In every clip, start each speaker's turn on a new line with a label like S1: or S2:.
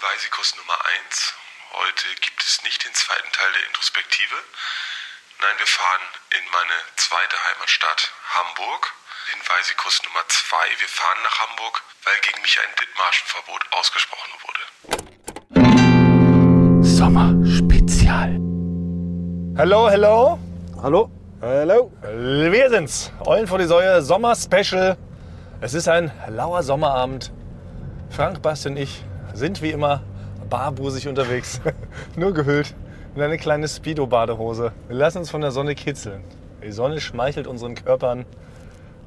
S1: Weisikus Nummer 1. Heute gibt es nicht den zweiten Teil der Introspektive. Nein, wir fahren in meine zweite Heimatstadt Hamburg. Den Weisikus Nummer 2. Wir fahren nach Hamburg, weil gegen mich ein Dithmarschenverbot ausgesprochen wurde.
S2: Sommerspezial.
S3: Hallo, hallo.
S4: Hallo?
S3: Hallo. Wir sind's. Eulen vor die Säue, Sommer-Special. Es ist ein lauer Sommerabend. Frank, Basti und ich sind wie immer barbusig unterwegs. Nur gehüllt in eine kleine Speedo-Badehose. Wir lassen uns von der Sonne kitzeln. Die Sonne schmeichelt unseren Körpern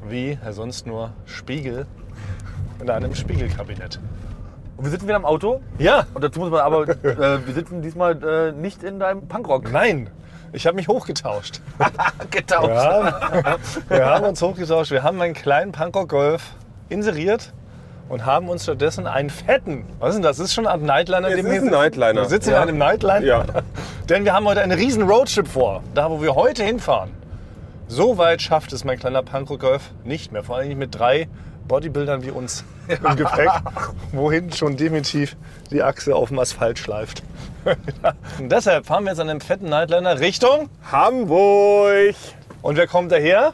S3: wie sonst nur Spiegel in einem Spiegelkabinett.
S4: Und wir sitzen wieder im Auto.
S3: Ja,
S4: Und dazu muss man aber, äh, wir sitzen diesmal äh, nicht in deinem Punkrock
S3: nein, ich habe mich hochgetauscht.
S4: getauscht.
S3: Ja, wir haben uns hochgetauscht. Wir haben einen kleinen Punkrock Golf inseriert und haben uns stattdessen einen fetten, was ist denn das? Das ist schon ein Nightliner.
S5: Es
S3: den
S5: ist
S3: wir-
S5: ein Nightliner.
S3: Wir sitzen
S4: Ja.
S3: in einem Nightliner.
S5: Ja.
S3: Denn wir haben heute einen riesen Roadtrip vor. Da, wo wir heute hinfahren. So weit schafft es mein kleiner Punkrock Golf nicht mehr. Vor allem nicht mit drei Bodybuildern wie uns im Gepäck, wohin schon definitiv die Achse auf dem Asphalt schleift. und deshalb fahren wir jetzt an einem fetten Nightliner Richtung.
S5: Hamburg!
S3: Und wer kommt daher?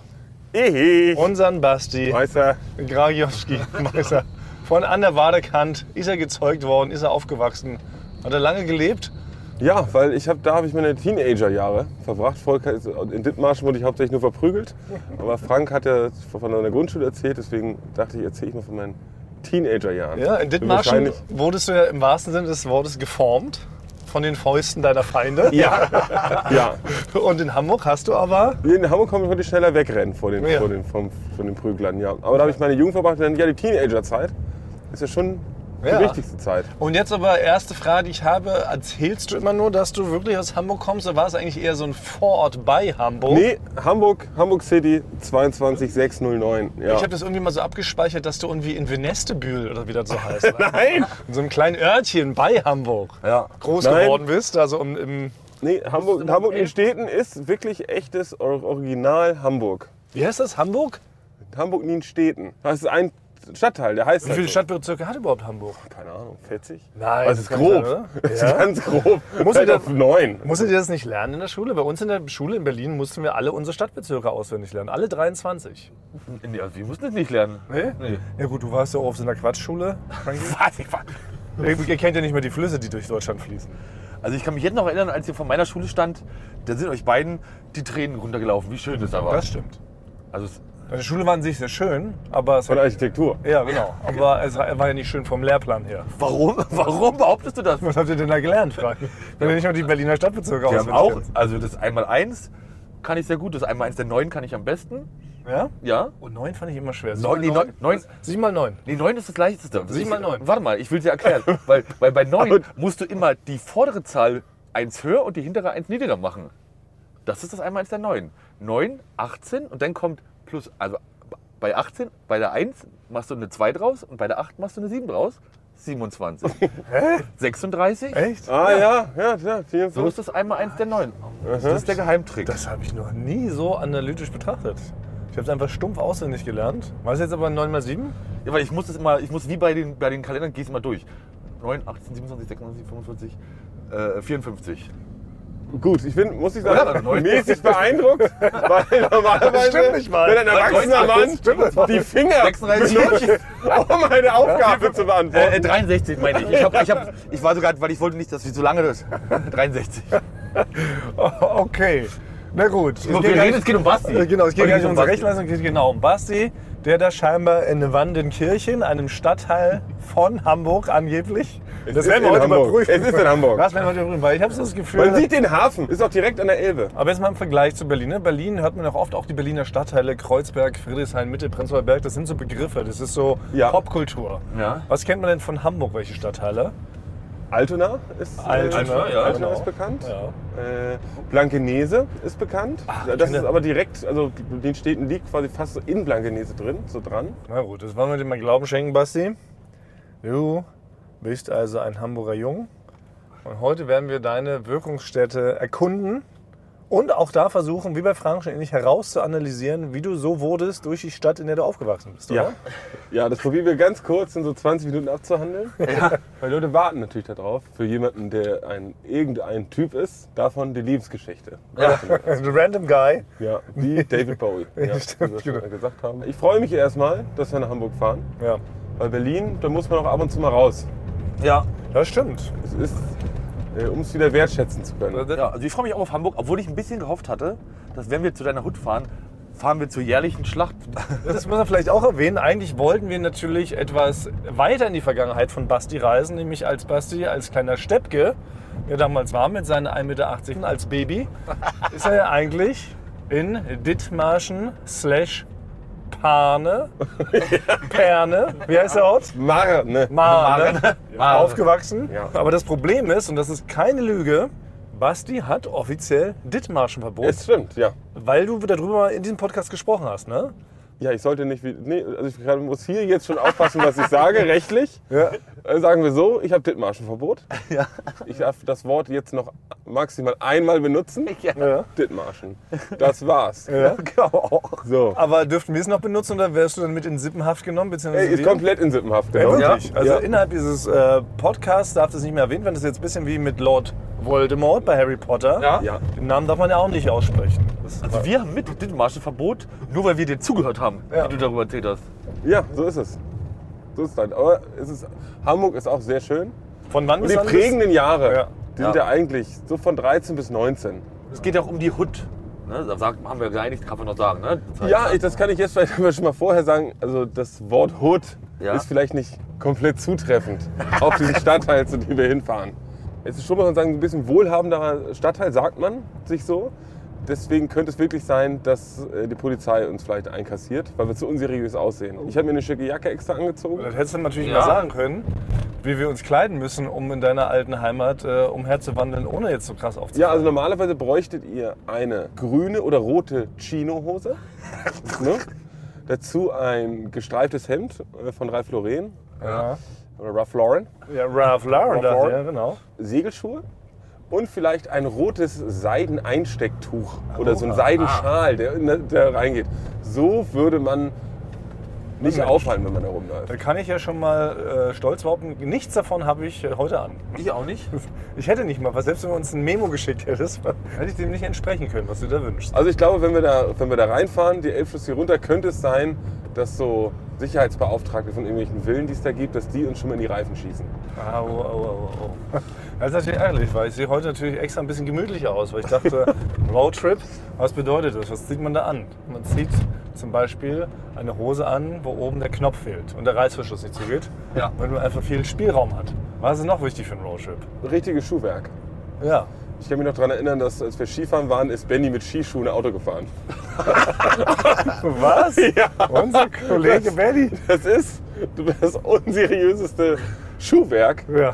S5: Ich.
S3: Unseren Basti.
S5: Meister.
S3: Gragiowski, Meister. Von an der Wadekant ist er gezeugt worden, ist er aufgewachsen. Hat er lange gelebt?
S5: Ja, weil ich hab, da habe ich meine Teenager-Jahre verbracht. Volker ist- In Dithmarschen wurde ich hauptsächlich nur verprügelt. Aber Frank hat ja von seiner Grundschule erzählt, deswegen dachte ich, erzähle ich mal von meinen Teenager-Jahren.
S3: Ja, in Dithmarschen
S5: Wahrscheinlich-
S3: wurdest du ja im wahrsten Sinne des Wortes geformt von den Fäusten deiner Feinde.
S5: Ja. ja.
S3: Und in Hamburg hast du aber.
S5: In Hamburg konnte ich schneller wegrennen vor den,
S3: Ja.
S5: vor den, vom, von den Prüglern. Ja. Aber da habe ich meine Jugend verbracht und dann ja die Teenager-Zeit. Ist ja schon
S3: Ja.
S5: die wichtigste Zeit.
S3: Und jetzt aber erste Frage, die ich habe. Erzählst du immer nur, dass du wirklich aus Hamburg kommst? Oder war es eigentlich eher so ein Vorort bei Hamburg?
S5: Nee, Hamburg, Hamburg City 22609. Ja.
S3: Ich habe das irgendwie mal so abgespeichert, dass du irgendwie in Venestebühl oder wie das so heißt.
S5: Nein!
S3: In so einem kleinen Örtchen bei Hamburg
S5: Ja.
S3: groß
S5: Nein.
S3: geworden bist. Also im, im
S5: Nee, Hamburg, Hamburg in den Städten ist wirklich echtes Or- Original Hamburg.
S3: Wie heißt das? Hamburg?
S5: Hamburg in den Städten. Das ist ein Stadtteil, der heißt
S3: Wie viele
S5: halt so.
S3: Stadtbezirke hat überhaupt Hamburg?
S5: Keine Ahnung, 40?
S3: Nein,
S5: das
S3: das
S5: ist
S3: kann
S5: grob.
S3: sein, oder?
S5: Das ist
S3: Ja.
S5: ganz grob.
S3: Muss
S5: halt
S3: ich
S5: auf 9.
S3: Musstet ihr das nicht lernen in der Schule? Bei uns in der Schule in Berlin mussten wir alle unsere Stadtbezirke auswendig lernen. Alle 23.
S4: Nee, also wir mussten das nicht lernen. Nee.
S3: Ja gut, du warst ja auch auf so einer Quatschschule.
S4: Was? Ich war-
S3: ihr, ihr kennt ja nicht mehr die Flüsse, die durch Deutschland fließen.
S4: Also ich kann mich jetzt noch erinnern, als ihr vor meiner Schule stand, da sind euch beiden die Tränen runtergelaufen. Wie schön das aber.
S3: Das stimmt.
S4: Also es-
S3: Die Schule war an sich sehr schön, aber es
S5: Von
S3: war,
S5: Architektur.
S3: ja, genau. aber es war war ja nicht schön vom Lehrplan her.
S4: warum, warum behauptest du das?
S3: Was habt ihr denn da gelernt, Frank? Wenn ihr nicht mal die Berliner Stadtbezirke
S4: Wir haben
S3: auswendig kennt.
S4: auch, also das 1x1 kann ich sehr gut, das 1x1 der 9 kann ich am besten.
S3: Ja?
S4: Ja.
S3: Und 9 fand ich immer schwer.
S4: Neun- nee, neun- neun-
S3: 7 mal 9.
S4: Nee, 9 ist das leichteste.
S3: Sieh mal neun.
S4: Warte mal, ich will dir erklären. weil, weil bei 9 musst du immer die vordere Zahl 1 höher und die hintere 1 niedriger machen. Das ist das einmal 1 der 9. 9, 18 und dann kommt plus, also bei 18, bei der 1 machst du eine 2 draus und bei der 8 machst du eine 7 draus. 27. 36.
S3: Echt?
S5: Ah ja, ja, ja. ja
S4: So ist das einmal 1 der 9. Das ist der Geheimtrick.
S3: Das habe ich noch nie so analytisch betrachtet. Ich habe es einfach stumpf auswendig gelernt. War es jetzt aber 9 mal 7?
S4: Ja, weil ich muss das immer, ich muss wie bei den, bei den Kalendern, gehe ich immer durch. 9, 18, 27, 26, 45, äh, 54.
S5: Gut, ich bin, muss ich
S4: Oder?
S5: sagen,
S4: Neun.
S5: mäßig beeindruckt, weil
S3: Das
S5: normalerweise,
S3: stimmt nicht mal.
S5: wenn ein erwachsener
S3: Das stimmt nicht mal.
S5: Mann die Finger
S4: 36.
S5: benutzt, um eine Aufgabe zu
S4: Äh, äh,
S5: beantworten.
S4: 63 meine ich. Ich, hab, ich, hab, ich war sogar, weil ich wollte nicht, dass wir so lange das. 63.
S3: Okay. Na gut. Es
S4: wir
S3: geht
S4: reden,
S3: gar nicht-
S4: es geht um Basti.
S3: Äh, Genau, es geht
S4: Und
S3: gar
S4: nicht
S3: nicht
S4: um
S3: um unsere
S4: Basti.
S3: Rechenleistung, es geht genau um Basti, der da scheinbar in Wandenkirchen, einem Stadtteil von Hamburg angeblich.
S5: ist in Hamburg. Es ist in Hamburg.
S3: Das werden wir heute überprüfen, weil ich habe so das Gefühl.
S5: Man sieht den Hafen, ist auch direkt an der Elbe.
S3: Aber jetzt mal im Vergleich zu Berlin. ne? Berlin hört man auch oft auch die Berliner Stadtteile, Kreuzberg, Friedrichshain, Mitte, Prenzlauer Berg. Das sind so Begriffe, das ist so
S5: Ja.
S3: Popkultur.
S4: Ja.
S3: Was kennt man denn von Hamburg, welche Stadtteile?
S5: Altona ist, äh,
S3: Altona, ja,
S5: Altona
S3: genau.
S5: ist bekannt.
S3: Ja.
S5: Äh, Blankenese ist bekannt. das
S3: kenne-
S5: ist aber direkt, also den Städten liegt quasi fast so in Blankenese drin, so dran.
S3: Na gut, das wollen wir dir mal Glauben schenken, Basti. Du bist also ein Hamburger Jung. Und heute werden wir deine Wirkungsstätte erkunden Und auch da versuchen, wie bei Frank schon ähnlich, herauszuanalysieren, wie du so wurdest durch die Stadt, in der du aufgewachsen bist, oder?
S5: Ja. ja, das probieren wir ganz kurz in so 20 Minuten abzuhandeln. Weil Leute warten natürlich darauf. Für jemanden, der ein, irgendein Typ ist, davon die Lebensgeschichte.
S3: Ja. Ein random Guy.
S5: Ja, wie David Bowie. Ja,
S3: Stimmt,
S5: wie wir
S3: genau.
S5: schon gesagt haben. Ich freue mich erstmal, dass wir nach Hamburg fahren.
S3: Ja.
S5: Weil Berlin, da muss man auch ab und zu mal raus.
S4: Ja.
S3: Das stimmt.
S5: Es ist, äh, um es wieder wertschätzen zu können.
S4: ja. Also ich freue mich auch auf Hamburg, obwohl ich ein bisschen gehofft hatte, dass wenn wir zu deiner Hut fahren, fahren wir zur jährlichen Schlacht.
S3: Das muss man vielleicht auch erwähnen. Eigentlich wollten wir natürlich etwas weiter in die Vergangenheit von Basti reisen, nämlich als Basti, als kleiner Steppke, der damals war mit seinen 1,80 Meter als Baby, ist er ja eigentlich in Dithmarschen slash Pane, Perne, wie heißt der Ort?
S5: Mare, ne?
S3: Maren
S4: Maren.
S3: aufgewachsen.
S5: Ja.
S3: Aber das Problem ist, und das ist keine Lüge, Basti hat offiziell Dithmarschenverbot,
S5: Es stimmt, ja.
S3: weil du darüber mal in diesem Podcast gesprochen hast, ne?
S5: Ja, ich sollte nicht. wie- Nee, also ich kann- muss hier jetzt schon aufpassen, was ich sage, rechtlich. Äh, Sagen wir so, ich habe Dithmarschenverbot. Ich darf das Wort jetzt noch maximal einmal benutzen.
S3: Ja.
S5: Dithmarschen. Das war's. So.
S3: Aber dürften wir es noch benutzen oder wärst du dann mit in Sippenhaft genommen? Beziehungsweise
S5: Ey, ist
S3: wir?
S5: komplett in Sippenhaft,
S3: ja,
S5: genau.
S3: wirklich. Also
S5: Ja.
S3: innerhalb dieses äh, Podcasts darf das nicht mehr erwähnt werden. Das ist jetzt ein bisschen wie mit Lord Voldemort bei Harry Potter.
S4: Ja.
S5: Ja.
S3: Den Namen darf man ja auch nicht aussprechen.
S4: Also wir haben mit Dithmarschenverbot, nur weil wir dir zugehört haben,
S3: Ja.
S4: wie du darüber erzählt hast.
S5: ja, so ist es. So ist es halt. Aber es ist, Hamburg ist auch sehr schön.
S3: Von wann
S5: Und
S3: bis
S5: die
S3: wann bist-
S5: prägenden Jahre,
S3: Ja.
S5: die sind
S4: Ja.
S5: ja eigentlich so von 13 bis 19.
S4: Es geht ja auch um die Hut. Ne? Da sagt, haben wir geeinigt, kann man noch sagen. Ne? Das heißt,
S5: Ja, ich, das kann ich jetzt vielleicht aber schon mal vorher sagen. Also das Wort Hood
S4: Ja.
S5: ist vielleicht nicht komplett zutreffend auf diesen Stadtteil, zu dem wir hinfahren. Es ist schon mal sagen, ein bisschen wohlhabenderer Stadtteil, sagt man sich so. Deswegen könnte es wirklich sein, dass äh, die Polizei uns vielleicht einkassiert, weil wir zu unseriös aussehen. Ich habe mir eine schicke Jacke extra angezogen.
S3: Das hättest du natürlich
S4: Ja.
S3: mal sagen können, wie wir uns kleiden müssen, um in deiner alten Heimat äh, umherzuwandeln, ohne jetzt so krass aufzufallen.
S5: Ja, also normalerweise bräuchtet ihr eine grüne oder rote Chino-Hose. ne? Dazu ein gestreiftes Hemd äh, von Ralph Lauren
S3: Ja,
S5: oder Ralph Lauren.
S3: ja Ralph Lauren,
S5: Ralph Lauren.
S3: ja, genau.
S5: Segelschuhe und vielleicht ein rotes Seideneinstecktuch oder so ein Seidenschal, der, in- der reingeht. So würde man nicht auffallen, wenn man da rumläuft.
S3: Da kann ich ja schon mal äh, stolz behaupten, nichts davon habe ich äh, heute an.
S4: Ich auch nicht.
S3: Ich hätte nicht mal, was selbst wenn du uns ein Memo geschickt hättest, hätte ich dem nicht entsprechen können, was du da wünschst.
S5: Also ich glaube, wenn wir da, wenn wir da reinfahren, die Elbfluss hier runter, könnte es sein, dass so Sicherheitsbeauftragte von irgendwelchen Villen, die es da gibt, dass die uns schon mal in die Reifen schießen.
S3: Au, au, au, au. Das ist natürlich ärgerlich, weil ich sehe heute natürlich extra ein bisschen gemütlicher aus, weil ich dachte, Roadtrip, was bedeutet das? Was zieht man da an? Man zieht zum Beispiel eine Hose an, wo oben der Knopf fehlt und der Reißverschluss nicht zugeht,
S4: Ja.
S3: weil man einfach viel Spielraum hat. Was ist noch wichtig für einen Roadtrip?
S5: Richtiges Schuhwerk.
S3: Ja.
S5: Ich kann mich noch daran erinnern, dass als wir Skifahren waren, ist Benny mit Skischuhen Auto gefahren.
S3: Was? Ja. Unser Kollege Benny.
S5: Das ist das unseriöseste Schuhwerk,
S3: Ja.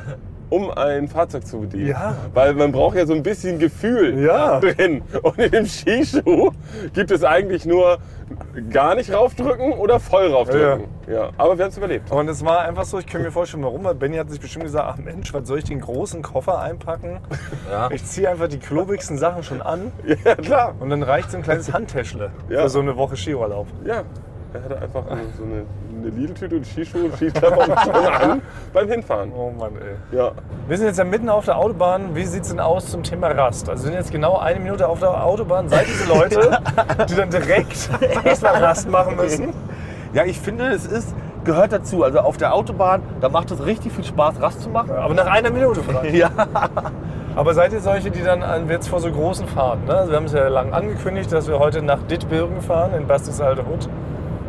S5: um ein Fahrzeug zu bedienen.
S3: Ja.
S5: Weil man braucht ja so ein bisschen Gefühl
S3: Ja.
S5: drin. Und in dem Skischuh gibt es eigentlich nur gar nicht raufdrücken oder voll raufdrücken. Ja. Aber wir haben es überlebt.
S3: Und es war einfach so, ich kann mir vorstellen, warum, weil Benny hat sich bestimmt gesagt, ach Mensch, was soll ich den großen Koffer einpacken?
S4: Ja.
S3: Ich ziehe einfach die klobigsten Sachen schon an
S5: Ja, klar.
S3: und dann reicht so ein kleines Handtäschle
S5: Ja.
S3: für so eine Woche Skiurlaub.
S5: Ja. Er hatte einfach eine- so eine, eine Lidl-Tüte und Skischuhe und Skiklamotten schon an beim Hinfahren.
S3: Oh Mann, ey.
S5: Ja.
S3: Wir sind jetzt ja mitten auf der Autobahn. Wie sieht's denn aus zum Thema Rast? Also wir sind jetzt genau eine Minute auf der Autobahn. Seid diese Leute, die dann direkt erstmal Rast machen müssen?
S4: ja, ich finde, es ist, gehört dazu. Also auf der Autobahn, da macht es richtig viel Spaß, Rast zu machen.
S3: Aber nach einer Minute vielleicht.
S4: Ja.
S3: Aber seid ihr solche, die dann an- jetzt vor so großen Fahrten, ne? also wir haben es ja lang angekündigt, dass wir heute nach Dittbirgen fahren, in Bastis alte Hut.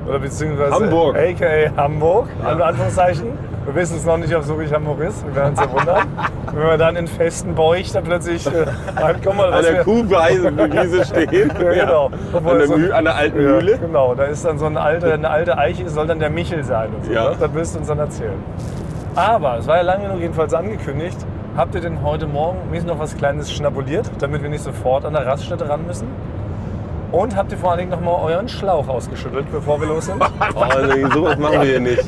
S3: Oder beziehungsweise
S5: Hamburg.
S3: a.k.a. Hamburg, an Anführungszeichen. Wir wissen es noch nicht, ob es wirklich Hamburg ist. Wir werden uns ja wundern. Wenn wir dann in festen Bäuch da plötzlich äh, ankommen. Oder
S5: An
S3: was
S5: der
S3: wir,
S5: Kuhwiese stehen.
S3: Ja, genau.
S5: An der, Mühl, an der alten
S3: ja,
S5: Mühle.
S3: Genau, da ist dann so ein alter, eine alte Eiche, soll dann der Michel sein. Und so.
S5: Ja.
S3: ne? Das wirst du uns dann erzählen. Aber es war ja lange genug jedenfalls angekündigt. Habt ihr denn heute Morgen, mir ist noch was Kleines schnabuliert, damit wir nicht sofort an der Raststätte ran müssen? Und habt ihr vor allen Dingen nochmal euren Schlauch ausgeschüttelt, bevor wir los sind?
S5: Oh, nee, sowas machen wir hier nicht.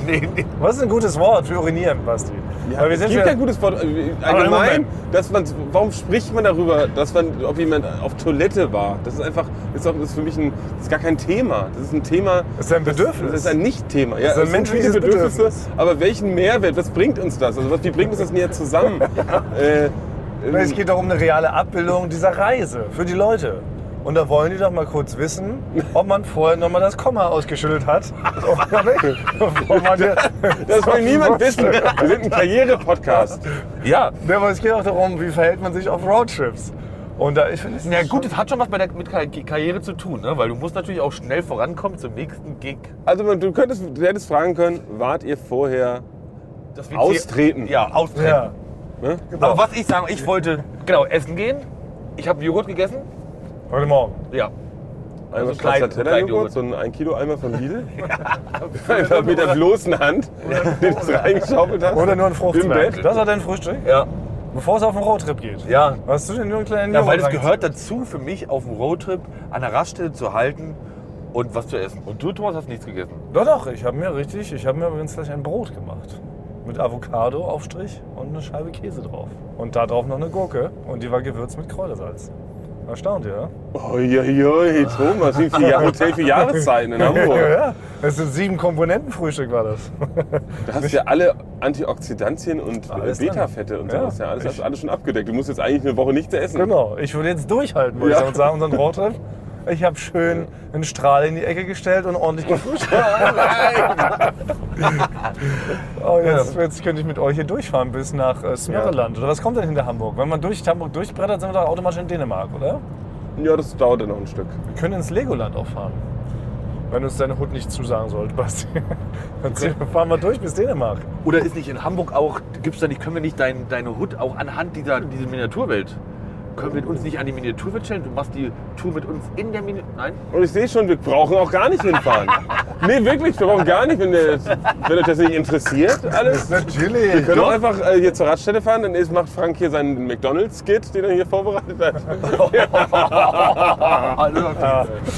S3: Was ist ein gutes Wort für urinieren, Basti?
S5: Ja,
S3: wir
S5: es
S3: sind
S5: gibt
S3: ja-
S5: kein gutes Wort. äh, Allgemein, dass man, warum spricht man darüber, dass man, ob jemand auf Toilette war? Das ist einfach, ist auch, ist für mich ein, ist gar kein Thema. Das ist ein Thema.
S3: Das ist ein Bedürfnis.
S5: Das ist ein Nicht-Thema. Ja,
S3: Das ist ein
S5: es sind
S3: menschliches
S5: viele
S3: Bedürfnis.
S5: Aber welchen Mehrwert? Was bringt uns das? Also, was, wie bringt uns das näher zusammen? äh,
S3: Es geht doch um eine reale Abbildung dieser Reise für die Leute. Und da wollen die doch mal kurz wissen, ob man vorher nochmal das Komma ausgeschüttelt hat. Oder nicht. Bevor man hier-
S5: das will niemand wissen. Wir sind ein Karriere-Podcast.
S4: Ja,
S3: Ja, aber es geht auch darum, um, wie verhält man sich auf Roadtrips. Und da, ich finde es
S4: na gut, das hat schon was mit, der, mit Kar- Karriere zu tun, ne? weil du musst natürlich auch schnell vorankommen zum nächsten Gig.
S5: Also, man- du könntest, du hättest fragen können, wart ihr vorher
S4: Das wird
S5: austreten?
S4: Ja, austreten.
S3: Ja. genau.
S5: Ne?
S4: Aber was ich sagen, ich wollte genau essen gehen. Ich habe einen Joghurt gegessen.
S3: Heute Morgen.
S4: Ja.
S5: Einmal
S4: Also klein-
S5: Stracciatella-Joghurt,
S4: Kleinjoghurt.
S5: so ein 1 Kilo Eimer von Lidl. Einfach mit der bloßen Hand, den du reingeschaufelt hast.
S3: Oder nur ein
S5: Im
S3: Fruchtsnack.
S5: Bett.
S3: Das war dein Frühstück,
S4: Ja.
S3: bevor es auf den Roadtrip geht.
S4: Ja.
S3: Hast du denn nur einen kleinen
S4: Ja, weil es
S3: Joghurt
S4: gehört dazu für mich, auf dem Roadtrip an der Raststätte zu halten und was zu essen. Und du, Thomas, hast nichts gegessen.
S3: Doch, doch, ich habe mir richtig, ich habe mir übrigens gleich ein Brot gemacht. Mit Avocado-Aufstrich und eine Scheibe Käse drauf. Und da drauf noch eine Gurke und die war gewürzt mit Kräutersalz. Erstaunt, ja?
S5: Uiuiui, Thomas, wie viel Jahr- Hotel für Jahreszeiten in
S3: Ja,
S5: Hamburg.
S3: ja. Das ist ein sieben Komponenten-Frühstück war das.
S5: Da hast du ja alle Antioxidantien und äh,
S3: Alles drin.
S5: Beta-Fette und so.
S3: Ja,
S5: Ja, ja alles,
S3: ich-
S5: hast du alles schon abgedeckt. Du musst jetzt eigentlich eine Woche nichts essen.
S3: Genau, ich würde jetzt durchhalten, muss
S5: Ja.
S3: ich sagen, unseren Roadtrip. Ich habe schön einen Strahl in die Ecke gestellt und ordentlich gefrühstückt. oh, jetzt, jetzt könnte ich mit euch hier durchfahren bis nach äh, Smörreland. Oder was kommt denn hinter Hamburg? Wenn man durch Hamburg durchbrettert, sind wir doch automatisch in Dänemark, oder?
S5: Ja, das dauert dann noch ein Stück.
S3: Wir können ins Legoland auch fahren. Wenn uns deine Hut nicht zusagen sollte, Basti. Dann ziehen wir- fahren wir durch bis Dänemark.
S4: Oder ist nicht in Hamburg auch, gibt's da nicht, können wir nicht dein, deine Hut auch anhand dieser, dieser Miniaturwelt, können wir uns nicht an die Miniaturwelt stellen? Du machst die Tour mit uns in der Miniatur. Nein?
S5: Und ich sehe schon, wir brauchen auch gar nicht hinfahren. nee, wirklich, wir brauchen gar nicht, wenn, ihr- wenn euch das nicht interessiert. Alles.
S3: Natürlich.
S5: Wir können auch einfach äh, hier zur Raststätte fahren, dann ist, macht Frank hier seinen McDonalds-Skit, den er hier vorbereitet hat.
S4: Ah,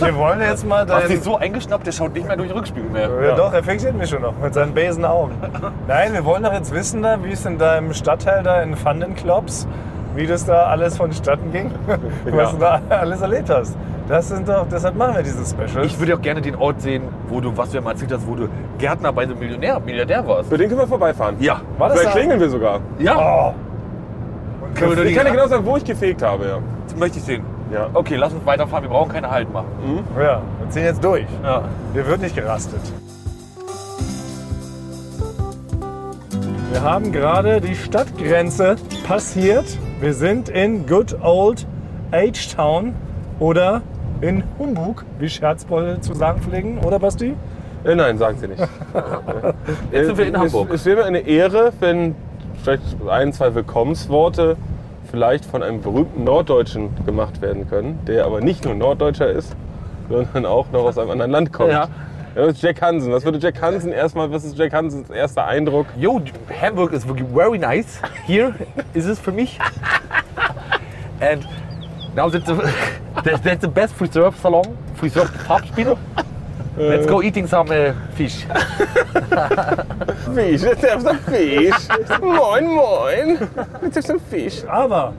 S3: Wir wollen jetzt mal
S4: Hast
S3: dein,
S4: dich so eingeschnappt, der schaut nicht mehr durch den Rückspiegel mehr.
S3: Ja, doch, er fixiert mich schon noch mit seinen besen Augen. Nein, wir wollen doch jetzt wissen, da, wie es in deinem Stadtteil da in Vandenklops, wie das da alles vonstatten ging, was du da alles erlebt hast. Das sind doch, deshalb machen wir dieses Special.
S4: Ich würde auch gerne den Ort sehen, wo du, was du ja mal erzählt hast, wo du Gärtner bei einem Millionär, Milliardär warst.
S5: Für den können wir vorbeifahren.
S4: Ja. Ah,
S3: War das
S5: Vielleicht
S3: da?
S5: klingeln wir sogar.
S4: Ja.
S3: Oh,
S4: Können wir doch
S5: Ich kann dir
S4: nicht-
S5: genau sagen, wo ich gefegt habe. Ja.
S4: Das genau- möchte ich sehen.
S5: Ja.
S4: Okay, lass uns weiterfahren. Wir brauchen keine Halt machen.
S3: ja, wir ziehen jetzt durch.
S4: Ja.
S3: Hier wird nicht gerastet. Wir haben gerade die Stadtgrenze passiert. Wir sind in Good Old H-Town oder in Humbug, wie Scherzbolle zu sagen pflegen, oder Basti?
S5: Äh, nein, sagen Sie nicht. Jetzt
S4: sind wir in Hamburg.
S5: Es, es wäre mir eine Ehre, wenn vielleicht ein, zwei Willkommensworte vielleicht von einem berühmten Norddeutschen gemacht werden können, der aber nicht nur Norddeutscher ist, sondern auch noch aus einem anderen Land kommt.
S4: Ja.
S5: Ja, das ist Jack Hansen. Was würde Jack Hansen erstmal, was ist Jack Hansens erster Eindruck?
S4: Jo, Hamburg ist wirklich very nice. Hier ist es für mich. And now that's the, that's, that's the best free serve salon, free serve pub spiel. Let's go eating some äh, fish.
S5: Fisch, jetzt darfst du Fisch. moin, moin. Jetzt darfst du Fisch.
S3: Aber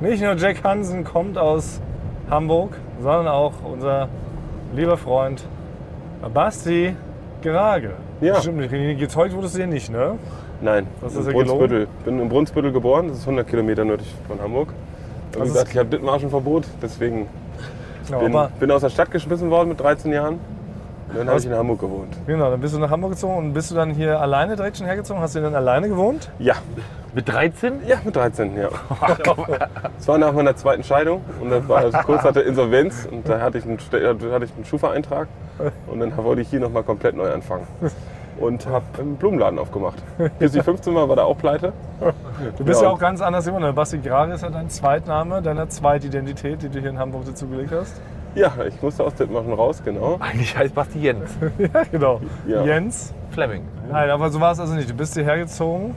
S3: nicht nur Jack Hansen kommt aus Hamburg, sondern auch unser lieber Freund Basti Gerage.
S5: Ja.
S3: Stimmt, nicht. gezeugt wurdest du dir nicht, ne?
S5: Nein,
S3: Das
S5: in
S3: ist ja
S5: Brunsbüttel. Ich bin in Brunsbüttel geboren, das ist 100 Kilometer nördlich von Hamburg. Und wie
S3: ist-
S5: gesagt, ich habe Dithmarschenverbot, deswegen bin,
S3: Aber
S5: bin aus der Stadt geschmissen worden mit 13 Jahren. Und dann habe ich in Hamburg gewohnt.
S3: Genau, dann bist du nach Hamburg gezogen und bist du dann hier alleine direkt schon hergezogen? Hast du dann alleine gewohnt?
S5: Ja,
S4: Mit 13?
S5: ja, mit 13, ja. Das war nach meiner zweiten Scheidung und dann war das kurz hatte Insolvenz und da hatte ich einen, Ste- da hatte ich einen Schufa-Eintrag und dann wollte ich hier nochmal komplett neu anfangen. Und habe einen Blumenladen aufgemacht. Bis ich 15 war, war da auch pleite.
S3: Du bist ja,
S5: Ja.
S3: auch ganz anders immer. ne? Basti Grare ist ja dein Zweitname, deiner Zweitidentität, die du hier in Hamburg dazugelegt hast.
S5: Ja, ich musste aus Dithmarschen raus, genau.
S4: Eigentlich heißt Basti Jens.
S3: Ja, genau.
S5: Ja.
S3: Jens.
S4: Fleming.
S3: Nein, aber so war es also nicht. Du bist hierher gezogen.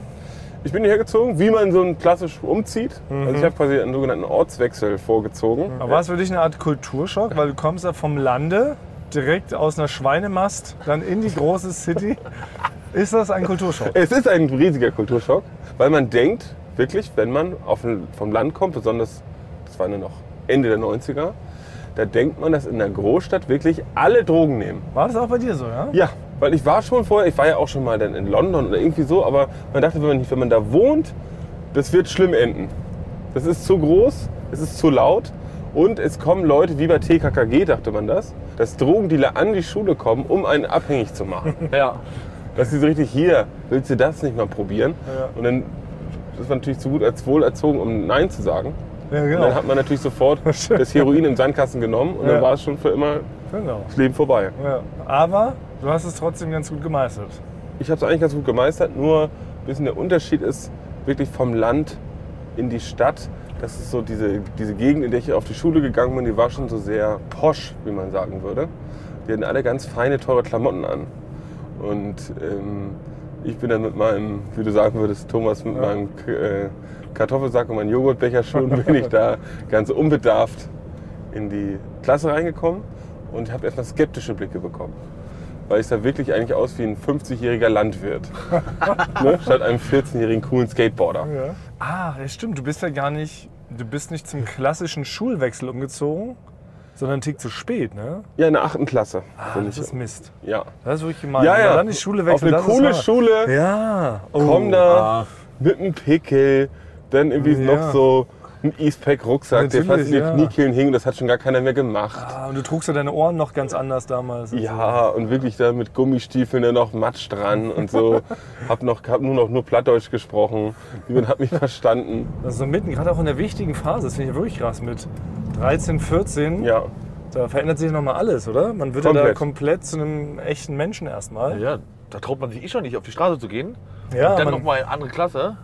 S5: Ich bin hierher gezogen, wie man so einen klassisch umzieht. Also ich
S3: Mhm.
S5: habe quasi einen sogenannten Ortswechsel vorgezogen.
S3: Aber war es für dich eine Art Kulturschock, weil du kommst ja vom Lande direkt aus einer Schweinemast, dann in die große City. Ist das ein Kulturschock?
S5: Es ist ein riesiger Kulturschock, weil man denkt, wirklich, wenn man auf, vom Land kommt, besonders, das war nur noch Ende der 90er, da denkt man, dass in der Großstadt wirklich alle Drogen nehmen.
S3: War das auch bei dir so, ja?
S5: Ja, weil ich war schon vorher, ich war ja auch schon mal dann in London oder irgendwie so, aber man dachte, wenn man, wenn man da wohnt, das wird schlimm enden. Das ist zu groß, es ist zu laut und es kommen Leute wie bei TKKG, dachte man das, dass Drogendealer an die Schule kommen, um einen abhängig zu machen.
S4: Ja.
S5: Das ist so richtig hier, willst du das nicht mal probieren?
S3: Ja.
S5: Und dann ist man natürlich zu gut als wohlerzogen, um Nein zu sagen.
S3: Ja, genau.
S5: Und dann hat man natürlich sofort das Heroin im Sandkasten genommen und
S3: Ja.
S5: dann war es schon für immer
S3: Genau.
S5: das Leben vorbei.
S3: Ja. Aber du hast es trotzdem ganz gut gemeistert.
S5: Ich habe es eigentlich ganz gut gemeistert, nur ein bisschen der Unterschied ist wirklich vom Land in die Stadt. Das ist so diese, diese Gegend, in der ich auf die Schule gegangen bin, die war schon so sehr posch, wie man sagen würde. Die hatten alle ganz feine, teure Klamotten an. Und ähm, ich bin dann mit meinem, wie du sagen würdest, Thomas, mit meinem K- äh, Kartoffelsack und meinen Joghurtbecherschuhen bin ich da ganz unbedarft in die Klasse reingekommen und habe erstmal skeptische Blicke bekommen. Weil ich sah wirklich eigentlich aus wie ein 50-jähriger Landwirt. ne? Statt einem 14-jährigen coolen Skateboarder.
S3: Ja. Ah, ja, stimmt. Du bist ja gar nicht, du bist nicht zum klassischen Schulwechsel umgezogen, sondern einen Tick zu spät, ne?
S5: Ja, in der achten Klasse.
S3: Ah,
S5: bin
S3: das
S5: ich.
S3: ist Mist.
S5: ja.
S3: Das ist wirklich gemein.
S5: Ja,
S3: Wenn
S5: ja.
S3: man Dann die Schule
S5: Auf
S3: wechseln.
S5: eine
S3: das ist
S5: coole
S3: hart.
S5: Schule.
S3: Ja. Oh.
S5: komm da mit einem Pickel, dann irgendwie
S3: Ja.
S5: noch so ein Eastpack-Rucksack, der fast
S3: Natürlich,
S5: in den
S3: ja.
S5: Kniekehlen hing, das hat schon gar keiner mehr gemacht.
S3: Ah, und du trugst ja deine Ohren noch ganz anders damals.
S5: Ja, und wirklich da mit Gummistiefeln dann noch Matsch dran und so. hab, noch, hab nur noch nur Plattdeutsch gesprochen. Niemand hat mich verstanden.
S3: Also mitten, gerade auch in der wichtigen Phase, das finde ich ja wirklich krass mit 13, 14.
S5: Ja.
S3: Da verändert sich nochmal alles, oder? Man wird ja da
S5: Komplett.
S3: komplett zu einem echten Menschen erstmal.
S4: Ja, da traut man sich eh schon nicht, auf die Straße zu gehen.
S3: Ja,
S4: Und dann
S3: man-
S4: nochmal in andere Klasse.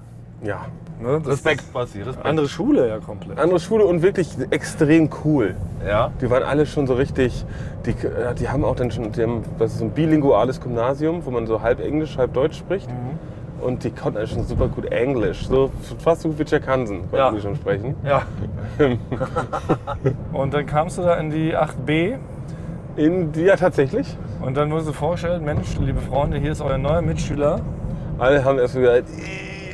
S5: Ja.
S3: Ne? Das
S4: Respekt, Basti,
S3: ist
S4: Respekt.
S3: Andere Schule ja komplett.
S5: Andere Schule und wirklich extrem cool.
S4: Ja.
S5: Die waren alle schon so richtig, die, äh, die haben auch dann schon, die haben, das ist so ein bilinguales Gymnasium, wo man so halb Englisch, halb Deutsch spricht. Und die konnten eigentlich schon super gut Englisch. So fast so gut wie Jack Hansen konnten
S4: Ja.
S5: die schon sprechen.
S4: Ja.
S3: Und dann kamst du da in die 8b
S5: In, ja, tatsächlich.
S3: und dann wurde sie vorgestellt, Mensch, liebe Freunde, hier ist euer neuer Mitschüler.
S5: Alle haben erst gesagt,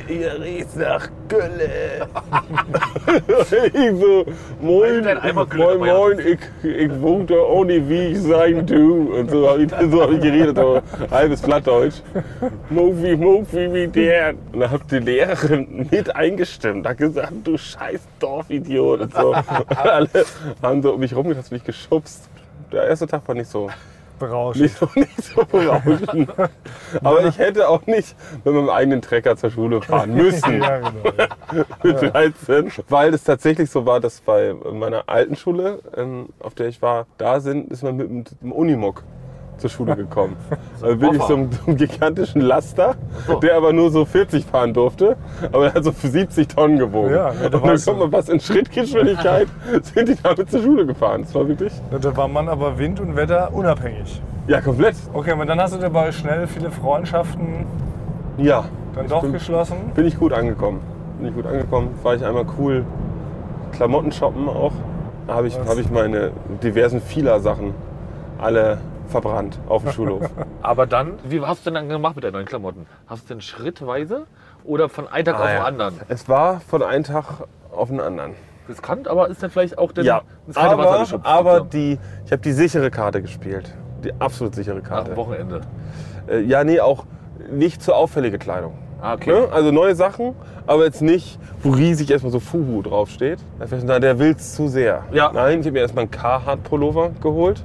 S5: "Ih, ihr riecht nach Gülle. ich so, moin,
S4: Dein Eimer Gülle
S5: moin,
S4: dabei
S5: moin, ich, ich wohnte ohne wie ich sein tu. Und so habe ich, so hab ich geredet, so halbes Plattdeutsch. Mofi, Mofi, wie der. Und da hat die Lehrerin mit eingestimmt, hat gesagt, du scheiß Dorfidiot. Und so. Und alle haben so um mich rumgetastet, mich geschubst. Der erste Tag war nicht so
S3: Berauscht.
S5: nicht so, nicht so berauschend. Aber ich hätte auch nicht mit meinem eigenen Trecker zur Schule fahren müssen
S3: Ja, genau.
S5: mit 13. Weil es tatsächlich so war, dass bei meiner alten Schule, ähm, auf der ich war, da sind, ist man mit dem- dem Unimog zur Schule gekommen. Also wirklich so einem, so einem gigantischen Laster, der aber nur so 40 fahren durfte, aber der hat so für 70 Tonnen gewogen.
S3: Ja, ja,
S5: und
S3: da
S5: dann
S3: warst
S5: kommt
S3: du.
S5: man fast in Schrittgeschwindigkeit, sind die damit zur Schule gefahren. Das war wirklich,
S3: Und Da war man aber Wind und Wetter unabhängig.
S5: ja komplett,
S3: Okay, aber dann hast du dabei schnell viele Freundschaften
S5: ja.
S3: dann
S5: Ich
S3: doch
S5: bin-
S3: geschlossen.
S5: Bin ich gut angekommen. Bin ich gut angekommen. War ich einmal cool. Klamotten shoppen auch. Habe ich,
S3: Was?
S5: hab ich meine diversen Fila-Sachen alle verbrannt auf dem Schulhof.
S4: Aber dann, wie hast du denn dann gemacht mit deinen neuen Klamotten? Hast du denn schrittweise oder von einem Tag auf den
S5: Ah, ja.
S4: anderen?
S5: es war von einem Tag auf den anderen.
S4: Riskant, aber ist dann vielleicht auch denn ins kalte Wasser
S5: aber,
S4: geschubst.
S5: aber
S4: sozusagen.
S5: die, ich habe die sichere Karte gespielt. Die absolut sichere
S4: Nach
S5: Karte.
S4: dem Wochenende.
S5: Äh, ja, nee, auch nicht zu auffällige Kleidung.
S4: Ah, okay.
S5: Ne? Also neue Sachen, aber jetzt nicht, wo riesig erstmal so Fubu draufsteht. Da hab ich gedacht, Na, der will's zu sehr.
S4: Ja.
S5: Nein, ich habe mir erstmal einen Carhartt-Pullover geholt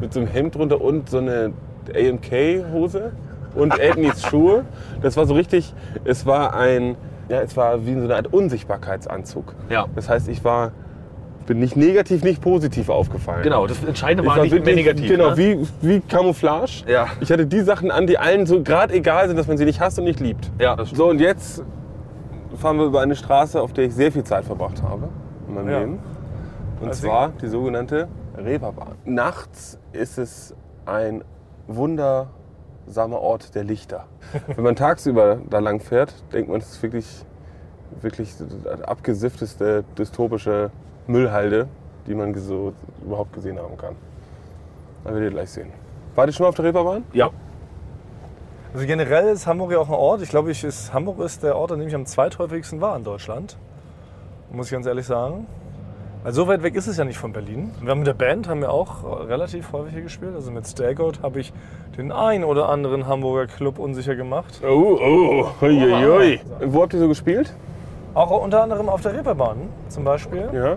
S5: mit so einem Hemd drunter und so eine AMK-Hose und Edneys Schuhe. Das war so richtig, es war ein, ja, es war wie so eine Art Unsichtbarkeitsanzug.
S4: Ja.
S5: Das heißt, ich war, bin nicht negativ, nicht positiv aufgefallen.
S4: Genau, das Entscheidende
S5: Ich
S4: war,
S5: war
S4: nicht mehr
S5: wirklich-
S4: negativ.
S5: Genau,
S4: ne?
S5: wie, wie Camouflage.
S4: Ja.
S5: Ich hatte die Sachen an, die allen so gerade egal sind, dass man sie nicht hasst und nicht liebt.
S4: Ja, das stimmt.
S5: So, und jetzt fahren wir über eine Straße, auf der ich sehr viel Zeit verbracht habe in meinem
S3: Ja.
S5: Leben. Und
S3: Deswegen-
S5: zwar die sogenannte Reeperbahn. Nachts ist es ein wundersamer Ort der Lichter. Wenn man tagsüber da lang fährt, denkt man, es ist wirklich, wirklich das abgesiffteste dystopische Müllhalde, die man so überhaupt gesehen haben kann. Da werdet ihr gleich sehen. Wart ihr schon mal auf der Reeperbahn?
S4: Ja.
S3: Also generell ist Hamburg ja auch ein Ort. Ich glaube, ich ist, Hamburg ist der Ort, an dem ich am zweithäufigsten war in Deutschland. Muss ich ganz ehrlich sagen. Also so weit weg ist es ja nicht von Berlin. Wir haben mit der Band haben wir auch relativ häufig hier gespielt. Also mit Staggoat habe ich den ein oder anderen Hamburger Club unsicher gemacht.
S5: Oh, oh, uiuiui. Wo habt ihr so gespielt?
S3: Auch unter anderem auf der Reeperbahn zum Beispiel.
S5: Ja.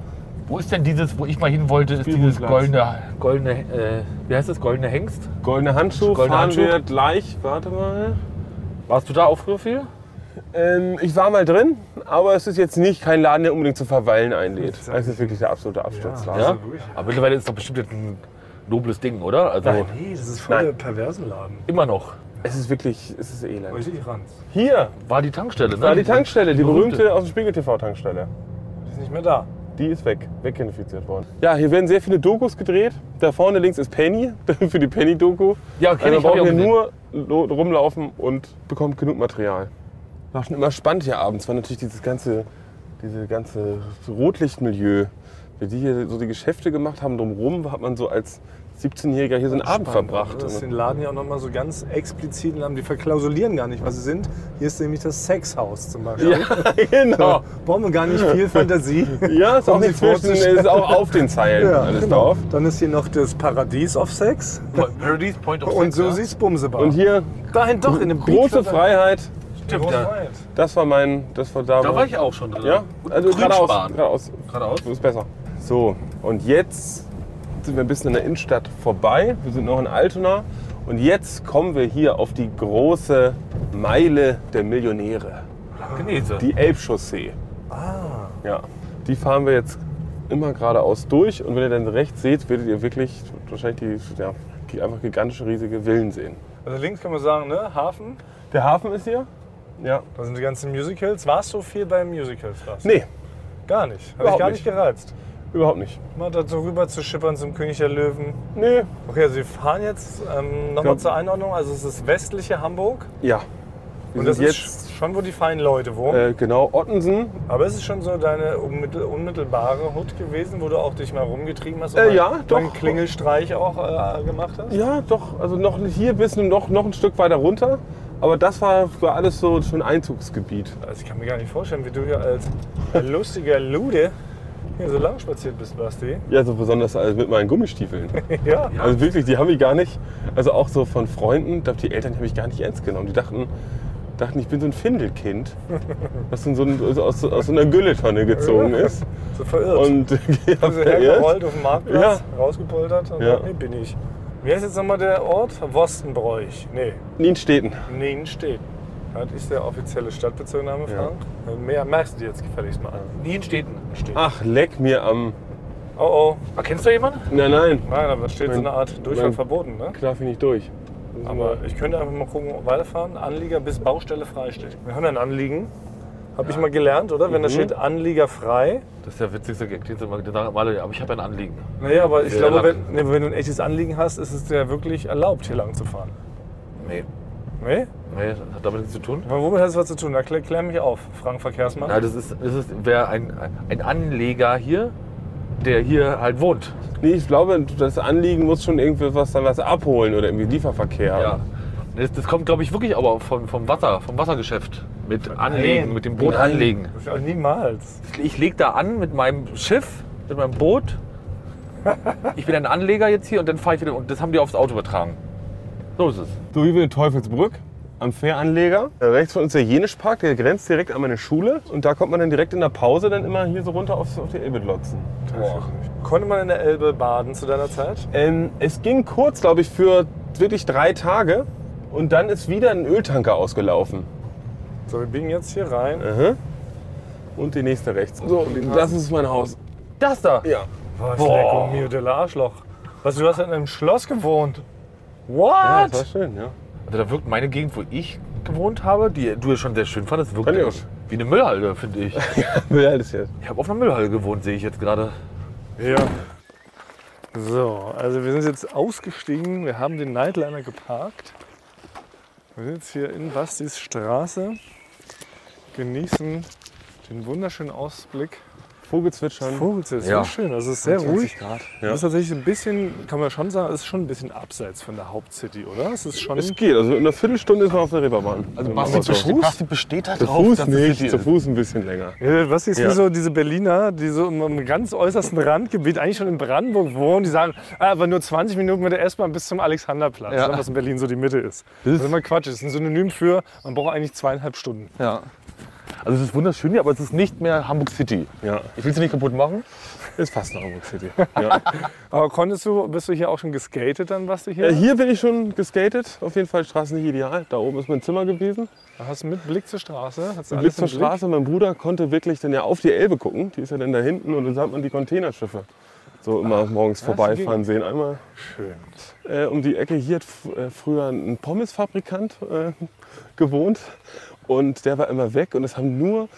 S4: Wo ist denn dieses, wo ich mal hin wollte, ist dieses goldene, goldene, äh, wie heißt das, goldene Hengst?
S5: Goldene Handschuhe
S4: Goldene
S5: fahren
S4: Handschuhe.
S5: wir gleich. Warte mal.
S4: Warst du da auch früher viel?
S5: Ähm, ich war mal drin, aber es ist jetzt nicht kein Laden, der unbedingt zum Verweilen einlädt. Das ist wirklich der absolute Absturzladen.
S4: Ja. Aber mittlerweile ist doch bestimmt jetzt ein nobles Ding, oder? Also
S3: Nee, das ist voll der perversen Laden.
S4: immer noch.
S5: Es ist wirklich, es ist elend.
S3: Richtig ranz.
S5: Hier
S4: War die Tankstelle, ne?
S5: war die Tankstelle, die
S4: berühmte.
S5: berühmte aus dem Spiegel TV Tankstelle.
S3: Die ist nicht mehr da.
S5: Die ist weg, weggenerifiziert worden. Ja, hier werden sehr viele Dokus gedreht. Da vorne links ist Penny, für die Penny-Doku.
S4: Ja, kenn
S5: Also
S4: ich, hab ich
S5: brauchen
S4: auch
S5: wir
S4: gesehen.
S5: nur lo- rumlaufen und bekommt genug Material. War schon immer spannend hier abends, weil natürlich dieses ganze, diese ganze Rotlichtmilieu, wie die hier so die Geschäfte gemacht haben, drumherum hat man so als 17-Jähriger hier so einen Abend
S4: ne?
S5: verbracht.
S3: Das den Laden ja auch nochmal so ganz explizit haben. Die verklausulieren gar nicht, was sie sind. Hier ist nämlich das Sexhaus zum Beispiel.
S5: genau.
S3: Brauchen wir gar nicht viel Fantasie.
S5: Ja, ist auch
S3: Um
S5: nicht
S3: sie
S5: zwischen,
S3: vorzustellen.
S5: ist auch auf den Zeilen alles
S4: genau.
S5: drauf.
S3: Dann ist hier noch das Paradies of Sex.
S4: Paradise Point of
S3: Und so
S4: ja?
S3: siehst Bumsebar.
S5: Und hier
S3: dahin doch in dem
S5: große Freiheit.
S4: Stimmt, da,
S5: Das war mein, das war da.
S4: da war ich auch schon drin.
S5: Ja, also geradeaus,
S4: Grünsparen.
S5: geradeaus.
S4: Geradeaus?
S5: So ist besser. So, und jetzt sind wir ein bisschen in der Innenstadt vorbei. Wir sind noch in Altona. Und jetzt kommen wir hier auf die große Meile der Millionäre.
S4: Genese.
S5: Die Elbchaussee. Ah. Ja, die fahren wir jetzt immer geradeaus durch. Und wenn ihr dann rechts seht, werdet ihr wirklich wahrscheinlich die, ja, die einfach gigantische, riesige Villen sehen.
S3: Also links kann man sagen, ne? Hafen.
S5: Der Hafen ist hier? Ja.
S3: Da sind die ganzen Musicals. Warst du viel bei Musicals? Lars?
S5: Nee,
S3: Gar nicht. Habe ich
S5: Überhaupt
S3: gar nicht
S5: nicht.
S3: gereizt.
S5: überhaupt nicht.
S3: Mal dazu rüber zu schippern zum König der Löwen.
S5: Nee.
S3: Okay, also wir fahren jetzt ähm, nochmal
S5: glaub-
S3: zur Einordnung. Also es ist westliche Hamburg.
S5: Ja. Wir
S3: Und
S5: sind
S3: das
S5: jetzt
S3: ist schon, wo die feinen Leute wohnen.
S5: äh, genau Ottensen
S3: Aber es ist schon so deine unmittel- unmittelbare Hut gewesen, wo du auch dich mal rumgetrieben hast und
S5: Äh,
S3: mal-
S5: ja,
S3: mal einen
S5: doch.
S3: Klingelstreich auch äh, gemacht hast?
S5: Ja, doch. Also noch nicht hier bis noch, noch ein Stück weiter runter. Aber das war, war alles so schon Einzugsgebiet.
S3: Also ich kann mir gar nicht vorstellen, wie du hier als lustiger Lude hier so lang spaziert bist, Basti.
S5: Ja, so besonders als mit meinen Gummistiefeln.
S3: Ja.
S5: Also wirklich, die haben ich gar nicht. Also auch so von Freunden, ich glaub, die Eltern haben mich gar nicht ernst genommen. Die dachten, dachten ich bin so ein Findelkind, das in so ein, also aus, aus so einer Gülletonne gezogen ist.
S3: So verirrt.
S5: Und äh, ja,
S3: also hergerollt auf dem Marktplatz, rausgepoltert und
S5: Ja.
S3: dann, hier bin ich. Wie heißt jetzt nochmal der Ort? Wostenbräuch. Nee,
S5: Nienstädten.
S3: Nienstedt. Das ist der offizielle Stadtbezirkname,
S5: Ja.
S3: Frank. Äh, Mehr merkst du dir jetzt gefälligst mal an.
S4: Nienstädten.
S5: Ach, leck mir am.
S3: Oh oh.
S4: Ah, Kennst du jemanden?
S5: Nein, nein,
S3: Nein, aber da steht so eine Art Durchfahrt
S5: mein-
S3: verboten, ne?
S5: darf ich nicht durch.
S3: Aber ich könnte einfach mal gucken, weiterfahren. Anlieger bis Baustelle frei steht. Wir haben ja ein Anliegen. Habe ich mal gelernt, oder? Wenn da steht Anlieger frei.
S4: Mhm. Das ist der witzigste Gag, den sie mal- den sagen alle, aber ich habe ein Anliegen.
S3: Naja, aber ich
S4: Ja,
S3: glaube,
S4: lang.
S3: wenn, nee, wenn du ein echtes Anliegen hast, ist es ja wirklich erlaubt, hier lang zu fahren.
S4: Nee.
S3: Nee?
S4: Nee, das hat damit nichts zu tun.
S3: Aber womit hat es was zu tun? Da klär, klär mich auf, Frank Verkehrsmann.
S4: Nein, das ist, das ist wer ein, ein Anleger hier, der hier halt wohnt.
S5: Nee, ich glaube, das Anliegen muss schon irgendwas dann was abholen oder irgendwie Lieferverkehr.
S4: Ja. Das, das kommt, glaube ich, wirklich aber vom, vom Wasser, vom Wassergeschäft. Mit Anlegen, mit dem Boot
S5: Nein.
S4: anlegen.
S3: Das ist auch niemals.
S4: Ich lege da an mit meinem Schiff, mit meinem Boot. Ich bin ein Anleger jetzt hier und dann fahre ich wieder. Und das haben die aufs Auto übertragen. So ist es.
S5: So, hier bin Teufelsbrück am Fähranleger. Äh, Rechts von uns der Jenischpark, der grenzt direkt an meine Schule. Und da kommt man dann direkt in der Pause dann immer hier so runter aufs, auf die Elbe glotzen.
S3: Konnte man in der Elbe baden zu deiner Zeit?
S5: Ähm, es ging kurz, glaube ich, für wirklich drei Tage. Und dann ist wieder ein Öltanker ausgelaufen.
S3: So, wir biegen jetzt hier rein. Äh,
S5: Und die nächste rechts. So, das ist mein Haus.
S4: Das da.
S5: Ja.
S3: Was,
S4: Boah.
S3: Lecco mio del Arschloch. Was, du hast in einem Schloss gewohnt? What?
S5: Ja, das war schön, ja.
S4: Also da wirkt meine Gegend, wo ich gewohnt habe, die du ja schon sehr schön fandest, wirkt
S5: Fand ich auch.
S4: wie eine Müllhalde, finde ich.
S5: Ja, das ist jetzt.
S4: Ich habe auf einer Müllhalde gewohnt, sehe ich jetzt gerade.
S3: Ja. So, also wir sind jetzt ausgestiegen. Wir haben den Nightliner geparkt. Wir sind jetzt hier in Bastis Straße. Genießen den wunderschönen Ausblick
S5: Vogelzwitschern.
S3: Vogelzelt ist
S4: Ja.
S3: so schön. Also es ist sehr ruhig.
S4: Grad.
S5: Ja.
S3: Das ist tatsächlich ein bisschen, kann man schon sagen, ist schon ein bisschen abseits von der Hauptcity, oder? Es ist schon.
S5: es geht, also in einer Viertelstunde ist man auf der Reeperbahn. Also
S4: Basti
S5: zu
S4: besteht-
S5: Fuß?
S6: besteht halt
S5: Zu Fuß nicht, zu Fuß ein bisschen länger.
S3: Ja, was ist
S5: Ja.
S3: wie so diese Berliner, die so im, im ganz äußersten Randgebiet eigentlich schon in Brandenburg wohnen, die sagen, ah, aber nur 20 Minuten mit der S-Bahn bis zum Alexanderplatz, ne,
S4: Ja.
S3: was in Berlin so die Mitte ist. Das ist immer Quatsch, das ist ein Synonym für, man braucht eigentlich zweieinhalb Stunden.
S4: Ja. Also es ist wunderschön hier, aber es ist nicht mehr Hamburg City.
S5: Ja,
S4: Ich will sie nicht kaputt machen.
S5: ist fast nach Hamburg City. Ja.
S3: Aber konntest du, bist du hier auch schon geskatet dann, was du hier?
S5: Äh, Hier bin ich schon geskatet. Auf jeden Fall Straßen nicht ideal. Da oben ist mein Zimmer gewesen.
S3: Hast du mit Blick zur Straße? Hast du
S5: Mit
S3: alles
S5: Blick zur
S3: im Blick?
S5: Straße. Mein Bruder konnte wirklich dann ja auf die Elbe gucken. Die ist ja dann da hinten und dann sah man die Containerschiffe so
S3: Ah,
S5: immer morgens vorbeifahren sehen. Einmal Schön. Äh, um die Ecke. Hier hat f- äh, früher ein Pommesfabrikant äh, gewohnt und der war immer weg und es haben nur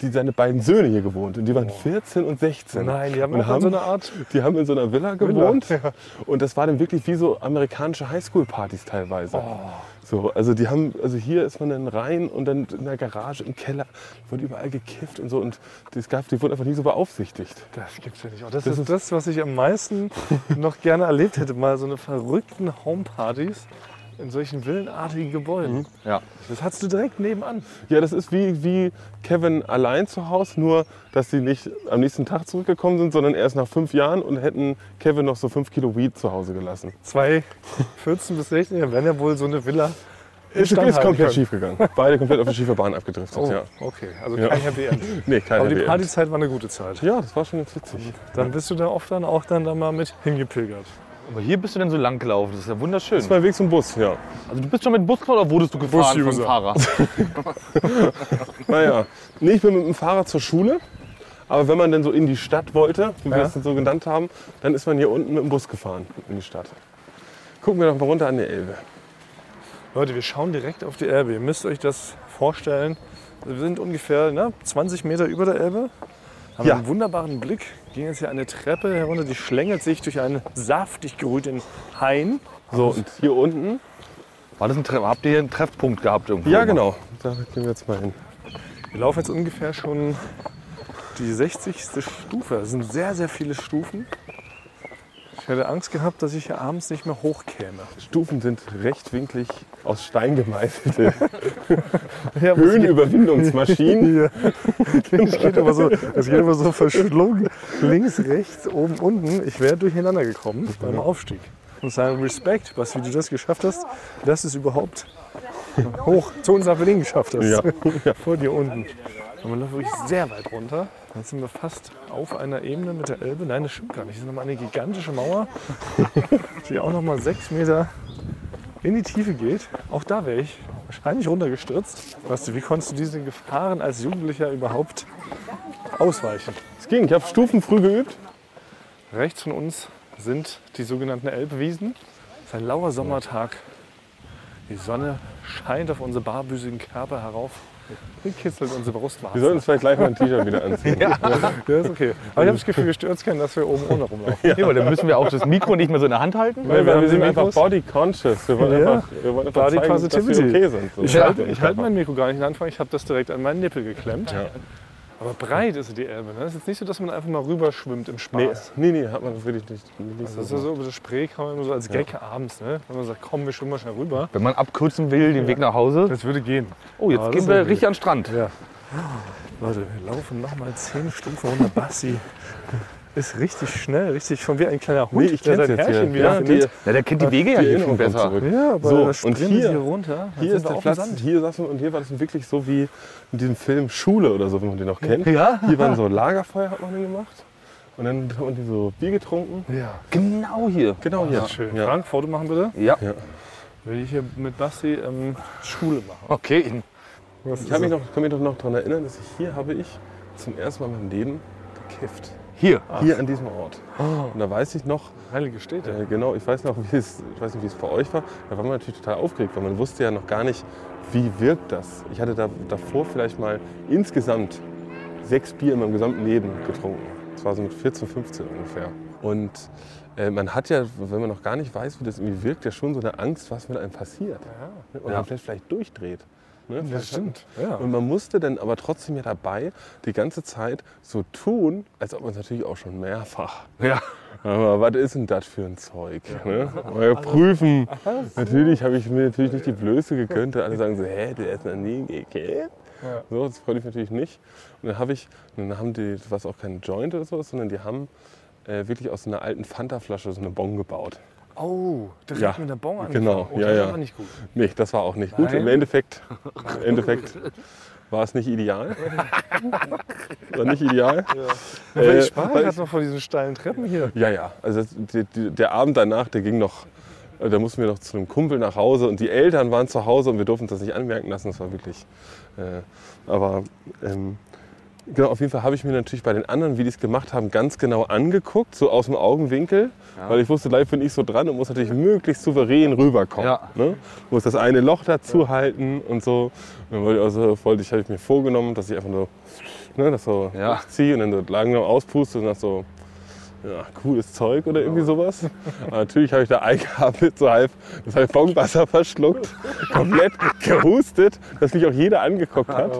S5: die, seine beiden Söhne hier gewohnt und die waren 14 und 16.
S3: Nein, die haben
S5: Und
S3: auch so eine Art.
S5: Die haben in so einer Villa gewohnt und das war dann wirklich wie so amerikanische Highschool-Partys teilweise.
S3: Oh.
S5: So, also die haben, also hier ist man dann rein und dann in der Garage, im Keller, wurde überall gekifft und so und das gab, die wurden einfach nie so beaufsichtigt.
S3: Das gibt's ja nicht. Oh, das, ist das, was ich am meisten noch gerne erlebt hätte, mal so eine verrückten Homepartys in solchen villenartigen Gebäuden.
S5: Mhm.
S4: Ja.
S3: Das hattest du direkt nebenan.
S5: Ja, das ist wie, wie Kevin allein zu Hause, nur dass sie nicht am nächsten Tag zurückgekommen sind, sondern erst nach fünf Jahren und hätten Kevin noch so fünf Kilo Weed zu Hause gelassen.
S3: Zwei 14 bis 16, ja, werden ja wohl so eine Villa.
S5: Ist,
S3: Stand
S5: ist
S3: halten
S5: komplett
S3: können.
S5: schief gegangen. Beide komplett auf die schiefe Bahn abgedriftet.
S3: Oh,
S5: Ja.
S3: okay. Also
S5: Ja.
S3: kein Happy End.
S5: Nee, kein
S3: Aber die
S5: Happy End.
S3: Partyzeit war eine gute Zeit.
S5: Ja, das war schon ganz witzig.
S3: Dann bist du da oft dann auch dann da mal mit hingepilgert.
S4: Aber hier bist du denn so lang gelaufen. Das ist ja wunderschön.
S5: Das ist mein Weg zum Bus, ja.
S4: Also du bist schon mit dem Bus gefahren oder wurdest du gefahren vom
S3: Bus-User.
S4: Fahrer?
S5: Naja, nee, ich bin mit dem Fahrrad zur Schule. Aber wenn man dann so in die Stadt wollte, wie wir
S3: Ja.
S5: das dann so genannt haben, dann ist man hier unten mit dem Bus gefahren in die Stadt. Gucken wir doch mal runter an die Elbe.
S3: Leute, wir schauen direkt auf die Elbe. Ihr müsst euch das vorstellen. Wir sind ungefähr ne, 20 Meter über der Elbe. Haben
S5: Ja.
S3: einen wunderbaren Blick. Gehen jetzt hier eine Treppe herunter, die schlängelt sich durch einen saftig gerührten Hain.
S5: So, und hier unten?
S4: War das ein Tre Habt ihr hier einen Treffpunkt gehabt irgendwo?
S5: Ja, genau. Da gehen wir jetzt mal hin.
S3: Wir laufen jetzt ungefähr schon die 60. Stufe. Das sind sehr, sehr viele Stufen. Ich hätte Angst gehabt, dass ich hier abends nicht mehr hochkäme.
S5: Stufen sind rechtwinklig aus Stein gemeißelte
S3: Ja,
S5: Höhenüberwindungsmaschinen.
S3: Das geht aber so, das geht aber so verschlungen. Links, rechts, oben, unten. Ich wäre durcheinander gekommen
S5: Mhm.
S3: beim Aufstieg. Und sagen Respekt, was, wie du das geschafft hast, dass du es überhaupt hoch zu uns nach Berlin geschafft hast.
S5: Ja.
S3: Vor dir unten. Und man läuft wirklich sehr weit runter. Jetzt sind wir fast auf einer Ebene mit der Elbe. Nein, das stimmt gar nicht. Das ist nochmal eine gigantische Mauer, die auch nochmal sechs Meter in die Tiefe geht. Auch da wäre ich wahrscheinlich runtergestürzt. Weißt du, wie konntest du diesen Gefahren als Jugendlicher überhaupt ausweichen?
S5: Es ging. Ich habe Stufen früh geübt.
S3: Rechts von uns sind die sogenannten Elbwiesen. Es ist ein lauer Sommertag. Die Sonne scheint auf unsere barbüsigen Körper herauf und kitzelt unsere
S5: Wir
S3: Brustwarzen.
S5: sollten uns vielleicht gleich mal ein T-Shirt wieder anziehen.
S3: Ja, ist okay. Aber ich habe das Gefühl, wir stürzen können, dass wir oben ohne rumlaufen.
S4: Ja, weil dann müssen wir auch das Mikro nicht mehr so in der Hand halten.
S5: Weil wir,
S3: haben
S5: wir sind
S3: die
S5: einfach
S3: Mikros.
S5: body conscious. Wir wollen
S3: Ja.
S5: einfach, wir wollen einfach
S3: Body
S5: zeigen, dass
S3: positivity.
S5: wir okay sind. So.
S3: Ich halte ich halt mein Mikro gar nicht in der Hand, weil ich habe das direkt an meinen Nippel geklemmt. Aber breit ist die Elbe. Ne? Es ist jetzt nicht so, dass man einfach mal rüberschwimmt im
S5: Nee,
S3: Spaß.
S5: nee, nee, hat man wirklich nicht. nicht so
S3: Das ist ja so über das Spree kann man immer so als Gag abends, ne? wenn man sagt, komm, wir schwimmen mal schnell rüber.
S4: Wenn man abkürzen will, den Weg nach Hause.
S3: Das Ah, würde gehen.
S4: Oh, jetzt
S3: Aber das
S4: gehen
S3: ist
S4: wir
S3: natürlich-
S4: richtig an den Strand.
S3: Leute, wir laufen nochmal 10 Stufen runter. Basti ist richtig schnell, richtig schon wie ein kleiner Hund,
S5: Nee, ich kenn's jetzt hier.
S3: Herrchen wieder
S5: Ja,
S3: findet.
S4: Ja, der kennt die Wege ja hier
S5: Erinnerung
S4: schon besser.
S5: kommt zurück.
S3: Ja, aber
S5: So,
S3: das
S5: und
S3: sprintet
S5: hier-
S3: hier runter. Dann
S5: Hier
S3: sind
S5: ist
S3: wir
S5: der
S3: auf dem
S5: Platz,
S3: Sand.
S5: hier saß man und hier war das wirklich so wie in diesem Film Schule oder so, wenn man den noch kennt.
S4: Ja.
S5: Hier waren so Lagerfeuer, hat man den gemacht. Und dann hat man die so Bier getrunken.
S3: Ja,
S4: Genau hier.
S5: Genau hier.
S3: schön.
S5: Ja.
S3: Frank, Foto machen bitte.
S4: Ja.
S3: Will ich hier mit Basti ähm, Schule machen.
S4: Okay.
S5: Ich hab mich noch, kann mich doch noch daran erinnern, dass ich hier habe ich zum ersten Mal in meinem Leben gekifft.
S4: Hier.
S5: Hier an diesem Ort. Und da weiß ich noch,
S3: Ah. Heilige Städte.
S5: Äh, genau, ich weiß noch, wie es, ich weiß nicht, wie es bei euch war. Da war man natürlich total aufgeregt, weil man wusste ja noch gar nicht, wie wirkt das. Ich hatte da, davor vielleicht mal insgesamt sechs Bier in meinem gesamten Leben getrunken. Das war so mit 14, 15 ungefähr. Und äh, man hat ja, wenn man noch gar Ne? nicht weiß, wie das irgendwie wirkt, ja schon so eine Angst, was mit einem passiert. Und man vielleicht, vielleicht durchdreht. Ne?
S3: Das stimmt. Ja.
S5: Und man musste dann aber trotzdem ja dabei die ganze Zeit so tun, als ob man es natürlich auch schon mehrfach.
S4: Ja.
S5: Aber was ist denn das für ein Zeug? Ne? Mal prüfen.
S3: Also,
S5: Natürlich habe ich mir natürlich nicht die Blöße gegönnt. Alle sagen so, hä, der ist noch nie gekillt. So, das freut mich natürlich nicht. Und dann habe ich, und dann haben die, das war auch kein Joint oder so, sondern die haben äh, wirklich aus einer alten Fanta-Flasche so eine Bon gebaut.
S3: Oh, direkt
S5: Ja.
S3: mit der Bon an.
S5: Genau,
S3: Oh,
S5: ja,
S3: das
S5: ja.
S3: war aber nicht gut.
S5: Nee, das war auch nicht gut. Im
S3: Nein.
S5: Endeffekt, im Endeffekt war es nicht ideal. War nicht ideal. Ja,
S3: Äh, ich spare gerade noch vor diesen steilen Treppen hier.
S5: ja, ja. Also das, die, die, der Abend danach, der ging noch, äh, da mussten wir noch zu einem Kumpel nach Hause und die Eltern waren zu Hause und wir durften uns das nicht anmerken lassen. Das war wirklich. Äh, aber ähm, genau, auf jeden Fall habe ich mir natürlich bei den anderen, wie die es gemacht haben, ganz genau angeguckt, so aus dem Augenwinkel, weil ich wusste, live bin ich so dran und muss natürlich möglichst souverän rüberkommen.
S4: Ja.
S5: Ne? Muss das eine Loch dazu halten und so. Und dann wollte ich, also, wollte ich, habe ich mir vorgenommen, dass ich einfach nur ne, das so
S4: Ja.
S5: ziehe und dann so langsam auspuste und dann so ja, cooles Zeug oder irgendwie sowas. Aber natürlich habe ich da Eigehabt mit so halb das halb Bongwasser verschluckt, komplett gehustet, dass mich auch jeder angeguckt hat.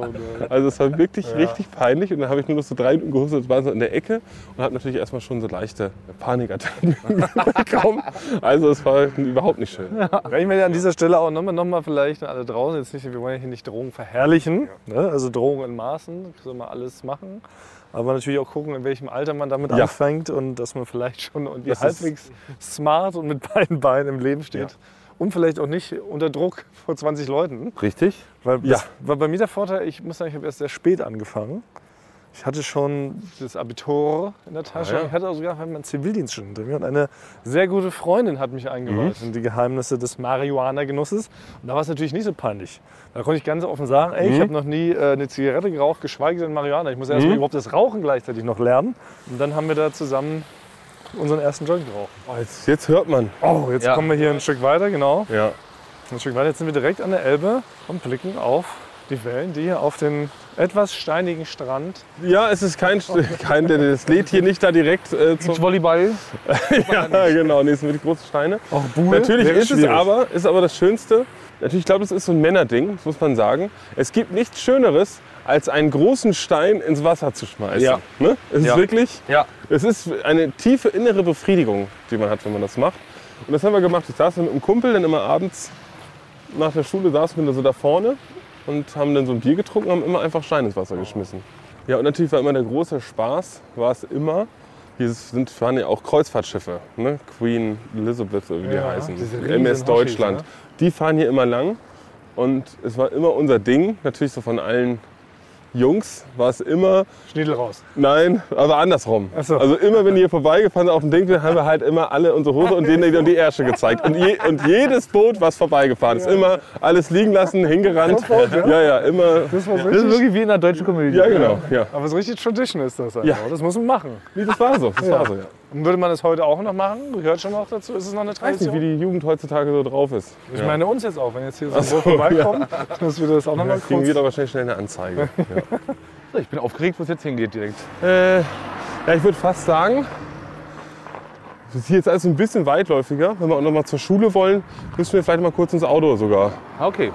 S5: Also es war wirklich richtig peinlich und dann habe ich nur noch so drei Minuten gehustet, waren so in der Ecke und habe natürlich erstmal schon so leichte Panikattacken bekommen. Also es war überhaupt nicht schön.
S3: Wenn ich mir an dieser Stelle auch nochmal noch mal vielleicht an alle draußen, jetzt nicht, wir wollen ja hier nicht Drogen verherrlichen, ne? also Drogen in Maßen, soll man alles machen. Aber natürlich auch gucken, in welchem Alter man damit
S5: Ja.
S3: anfängt und dass man vielleicht schon irgendwie
S5: Das ist-
S3: halbwegs smart und mit beiden Beinen im Leben steht. Und vielleicht auch nicht unter Druck vor 20 Leuten.
S4: Richtig?
S3: Weil
S5: Ja.
S3: das war bei mir der Vorteil, ich muss sagen, ich habe erst sehr spät angefangen. Ich hatte schon das Abitur in der Tasche.
S5: Ah, ja.
S3: Ich hatte auch sogar meinen Zivildienst schon hinter mir. Und eine sehr gute Freundin hat mich eingeweiht in die Geheimnisse des Marihuana-Genusses. Und da war es natürlich nicht so peinlich. Da konnte ich ganz offen sagen, ey, ich habe noch nie äh, eine Zigarette geraucht, geschweige denn Marihuana. Ich muss erst mal überhaupt das Rauchen gleichzeitig noch lernen. Und dann haben wir da zusammen unseren ersten Joint geraucht.
S5: Oh, jetzt, jetzt hört man.
S3: Oh, jetzt
S4: Ja.
S3: kommen wir hier ein Stück weiter, genau.
S5: Ja.
S3: Ein Stück weiter, jetzt sind wir direkt an der Elbe und blicken auf die Wellen, die hier auf den etwas steinigen Strand.
S5: Ja, es ist kein, kein das lädt hier nicht da direkt äh, zum
S4: Volleyball.
S5: Ja, genau, nee, es sind wirklich große Steine.
S3: Auch Buhl
S5: Natürlich
S3: wäre
S5: ist es
S3: schwierig.
S5: aber, ist aber das Schönste. Natürlich, ich glaube, das ist so ein Männerding, das muss man sagen. Es gibt nichts Schöneres, als einen großen Stein ins Wasser zu schmeißen.
S4: Ja.
S5: Ne? Es
S4: Ja.
S5: ist wirklich,
S4: Ja.
S5: es ist eine tiefe innere Befriedigung, die man hat, wenn man das macht. Und das haben wir gemacht. Ich saß mit einem Kumpel, dann immer abends nach der Schule saßen wir dann so da vorne und haben dann so ein Bier getrunken und haben immer einfach Steine ins Wasser geschmissen. Ja, und natürlich war immer der große Spaß, war es immer, hier sind, waren ja auch Kreuzfahrtschiffe, ne? Queen Elizabeth, oder wie die
S3: Ja,
S5: heißen,
S3: diese riesen
S5: MS
S3: Hoshis,
S5: Deutschland.
S3: ne?
S5: Die fahren hier immer lang und es war immer unser Ding, natürlich so von allen Jungs, war es immer,
S3: Schniedel raus.
S5: Nein, aber andersrum.
S3: Ach so.
S5: Also immer, wenn die hier vorbeigefahren sind auf dem Ding, dann haben wir halt immer alle unsere Hose und denen und die Ärsche gezeigt. Und, je, und jedes Boot, was vorbeigefahren ist, immer alles liegen lassen, hingerannt. Ja, ja, immer.
S3: Das war
S4: Das ist
S3: richtig,
S4: wirklich wie in einer deutschen Komödie.
S5: Ja, genau. Ja.
S3: aber so richtig Tradition ist das.
S5: Ja.
S3: Ja. Das muss man machen.
S5: Nee, Das war so. Das war so ja.
S3: Und würde man das heute auch noch machen? Gehört schon noch dazu? Ist es noch eine
S5: Ich weiß nicht, wie
S3: Tradition?
S5: die Jugend heutzutage so drauf ist.
S3: Ich meine uns jetzt auch, wenn jetzt hier so ein
S5: so,
S3: Boot vorbeikommt, dass wir das auch noch
S5: Da
S3: mal
S5: kriegen
S3: kurz...
S5: wir doch wahrscheinlich schnell eine Anzeige.
S4: So, Ich bin aufgeregt, wo es jetzt hingeht direkt.
S5: Äh, ja, ich würde fast sagen, das ist hier jetzt alles so ein bisschen weitläufiger. Wenn wir auch noch mal zur Schule wollen, müssen wir vielleicht mal kurz ins Auto sogar.
S4: Ah, Okay.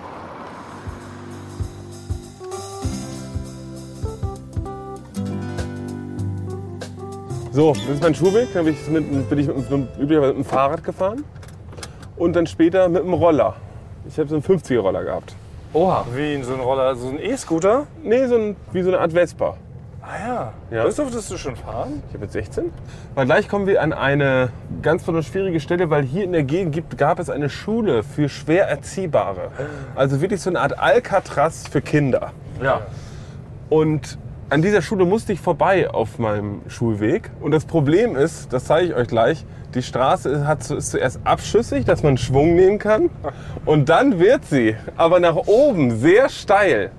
S5: So, das ist mein Schulweg. Dann bin ich mit, bin ich mit, einem- üblicherweise mit dem Fahrrad gefahren und dann später mit dem Roller. Ich habe so einen 50er-Roller gehabt.
S4: Oha.
S3: Wie in so ein Roller, so ein E-Scooter?
S5: Nee, so ein, wie so eine Art Vespa.
S3: Ah ja.
S5: Ja.
S3: Das durftest du schon fahren?
S5: Ich habe jetzt 16. Weil gleich kommen wir an eine ganz besonders schwierige Stelle, weil hier in der Gegend gibt, gab es eine Schule für schwer Erziehbare.
S3: Ah.
S5: Also wirklich so eine Art Alcatraz für Kinder.
S4: Ja.
S5: Und an dieser Schule musste ich vorbei auf meinem Schulweg. Und das Problem ist, das zeige ich euch gleich, die Straße ist- hat, zu- ist zuerst abschüssig, dass man Schwung nehmen kann. Und dann wird sie aber nach oben sehr steil.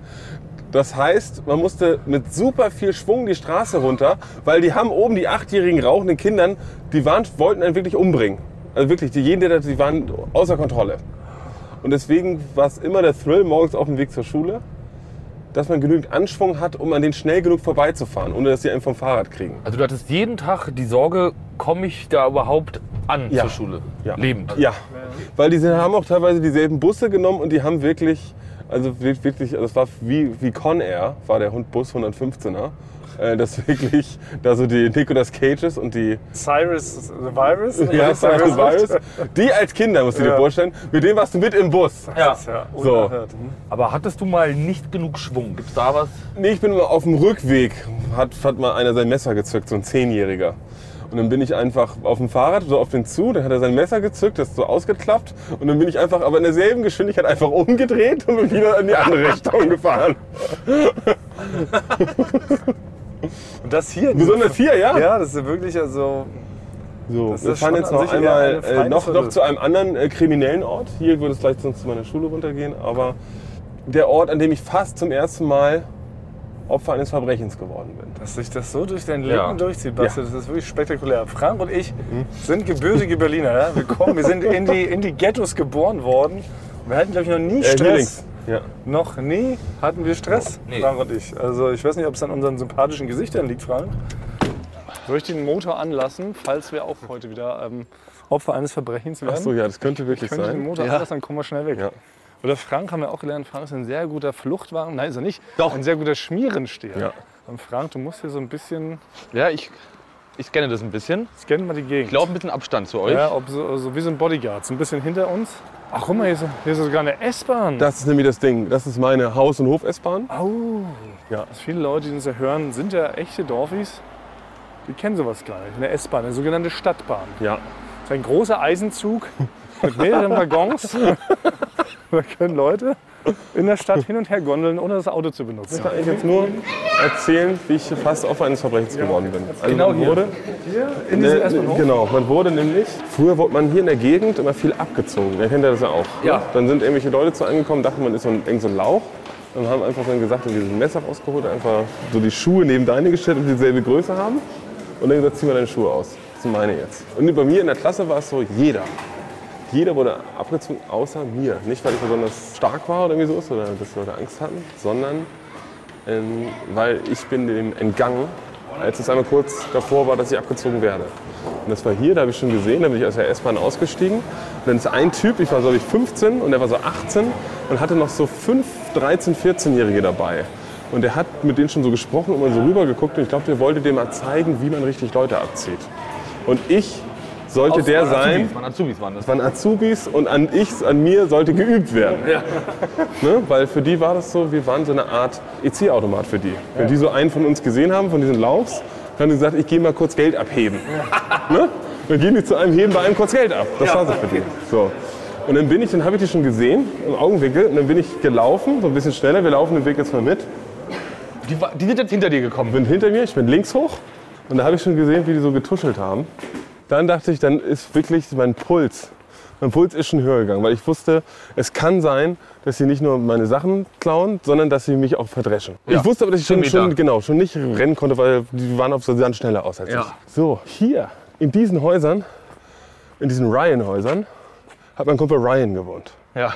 S5: Das heißt, man musste mit super viel Schwung die Straße runter, weil die haben oben die achtjährigen rauchenden Kindern, die waren, wollten einen wirklich umbringen. Also wirklich, die, jeden, der, da- die waren außer Kontrolle. Und deswegen war es immer der Thrill morgens auf dem Weg zur Schule dass man genügend Anschwung hat, um an denen schnell genug vorbeizufahren, ohne dass sie einen vom Fahrrad kriegen.
S4: Also du hattest jeden Tag die Sorge, komme ich da überhaupt an
S5: Ja.
S4: zur Schule?
S5: Ja.
S4: Lebend.
S5: Ja, weil die sind- haben auch teilweise dieselben Busse genommen und die haben wirklich, Also wir- wirklich, also es war wie, wie Con Air, war der Hund Bus 115er. Äh, Dass wirklich da so die Nicolas Cages und die
S3: Cyrus the Virus?
S5: ja, Cyrus Virus,
S3: Virus?
S5: die als Kinder, musst du dir
S3: Ja.
S5: vorstellen, mit denen warst du mit im Bus.
S3: Ja. Das ist ja
S5: So.
S3: unerhört. Hm?
S4: Aber hattest du mal nicht genug Schwung? Gibt's da was?
S5: Nee, ich bin mal auf dem Rückweg, hat, hat mal einer sein Messer gezückt, so ein Zehnjähriger. Und dann bin ich einfach auf dem Fahrrad, so auf den zu, dann hat er sein Messer gezückt, das ist so ausgeklappt. Und dann bin ich einfach, aber in derselben Geschwindigkeit einfach umgedreht und bin wieder in die andere Richtung gefahren.
S3: Und das hier?
S5: Besonders hier, ja?
S3: Ja, das ist wirklich also.
S5: So,
S3: Das
S5: wir
S3: ist
S5: fahren
S3: schon
S5: jetzt
S3: an
S5: noch
S3: sich eher
S5: einmal
S3: eine
S5: äh, noch,
S3: Feindeshütte.
S5: noch zu einem anderen äh, kriminellen Ort. Hier würde es gleich sonst zu meiner Schule runtergehen, aber der Ort, an dem ich fast zum ersten Mal Opfer eines Verbrechens geworden bin.
S3: Dass sich das so durch dein Leben
S4: Ja.
S3: durchzieht, Basti, das ist wirklich spektakulär. Frank und ich
S5: Mhm.
S3: sind gebürtige Berliner. Ja? Wir kommen, wir sind in die, in die Ghettos geboren worden. Wir hatten, glaube ich, noch nie
S5: Äh, hier
S3: Stress.
S5: links. Ja.
S3: noch nie hatten wir Stress,
S4: Nee.
S3: Frank und ich. Also ich weiß nicht, ob es an unseren sympathischen Gesichtern liegt, Frank. Soll ich den Motor anlassen, falls wir auch heute wieder ähm, Opfer eines Verbrechens werden?
S5: Ach so, ja, das könnte wirklich
S3: Könnte ich den
S5: sein.
S3: Motor anlassen, dann kommen wir schnell weg.
S5: Ja.
S3: Oder Frank haben wir auch gelernt, Frank ist ein sehr guter Fluchtwagen. Nein, ist er nicht. Ein sehr guter Schmierensteher.
S5: Ja.
S3: Und Frank, du musst hier so ein bisschen
S4: Ja, ich, ich scanne das ein bisschen.
S3: Scannen mal die Gegend.
S4: Ich glaube, ein bisschen Abstand zu euch.
S3: ja, ob so, so wie so ein Bodyguard, so ein bisschen hinter uns. Ach, guck mal, hier ist, hier ist sogar eine S-Bahn.
S5: Das ist nämlich das Ding. Das ist meine Haus- und Hof-S-Bahn.
S3: Au.
S5: Ja.
S3: Viele Leute, die uns Oh. ja hören, sind ja echte Dorfis. Die kennen sowas gar nicht. Eine S-Bahn, eine sogenannte Stadtbahn.
S5: Ja.
S3: Das ist ein großer Eisenzug mit mehreren Waggons. da können Leute in der Stadt hin und her gondeln, ohne das Auto zu benutzen.
S5: Kann ich jetzt nur erzählen, wie ich fast Opfer eines Verbrechens geworden bin. Also
S3: Genau
S5: man
S3: hier.
S5: Wurde,
S3: In diesem
S5: ne,
S3: S-Bahnhof.
S5: ne, genau, man wurde nämlich, früher wurde man hier in der Gegend immer viel abgezogen. Ihr kennt ja das ja auch. ne?
S4: Ja.
S5: Dann sind irgendwelche Leute zu angekommen, dachten, man ist so ein, irgend so ein Lauch. Und haben einfach dann gesagt, wir sind ein Messer rausgeholt, einfach so die Schuhe neben deine gestellt und dieselbe Größe haben. Und dann gesagt, zieh mal deine Schuhe aus. Das sind meine jetzt. Und bei mir in der Klasse war es so, jeder. Jeder wurde abgezogen, außer mir. Nicht, weil ich besonders stark war oder irgendwie sowas oder dass Leute Angst hatten, sondern ähm, weil ich bin dem entgangen, als es einmal kurz davor war, dass ich abgezogen werde. Und das war hier, da habe ich schon gesehen, da bin ich aus der S-Bahn ausgestiegen. Und dann ist ein Typ, ich war glaube ich 15 und der war so 18 und hatte noch so 5, 13, 14-Jährige dabei. Und der hat mit denen schon so gesprochen und mal so rübergeguckt und ich glaube, der wollte dem mal zeigen, wie man richtig Leute abzieht. Und ich sollte
S4: Aus-
S5: der
S4: waren
S5: sein,
S4: Azubis, waren Azubis waren das.
S5: waren Azubis und an ich, an mir sollte geübt werden. Ne? Weil für die war das so, wir waren so eine Art EC-Automat für die. Wenn die so einen von uns gesehen haben, von diesen Lauchs, dann haben die gesagt, ich gehe mal kurz Geld abheben. ne? Dann gehen die zu einem, heben bei einem kurz Geld ab. Das war so für die. So. Und dann bin ich, dann habe ich die schon gesehen, im Augenwinkel, und dann bin ich gelaufen, so ein bisschen schneller, wir laufen den Weg jetzt mal mit.
S4: Die, wa- die sind jetzt hinter dir gekommen.
S5: Bin hinter mir, ich bin links hoch und da habe ich schon gesehen, wie die so getuschelt haben. Dann dachte ich, dann ist wirklich mein Puls, mein Puls ist schon höher gegangen, weil ich wusste, es kann sein, dass sie nicht nur meine Sachen klauen, sondern dass sie mich auch verdreschen.
S4: Ja.
S5: Ich wusste aber, dass ich schon,
S4: Zehn Meter.
S5: schon, genau, schon nicht rennen konnte, weil die waren auf so Sand schneller aus als
S4: Ja.
S5: ich. So, hier in diesen Häusern, in diesen Ryan-Häusern, hat mein Kumpel Ryan gewohnt.
S4: Ja.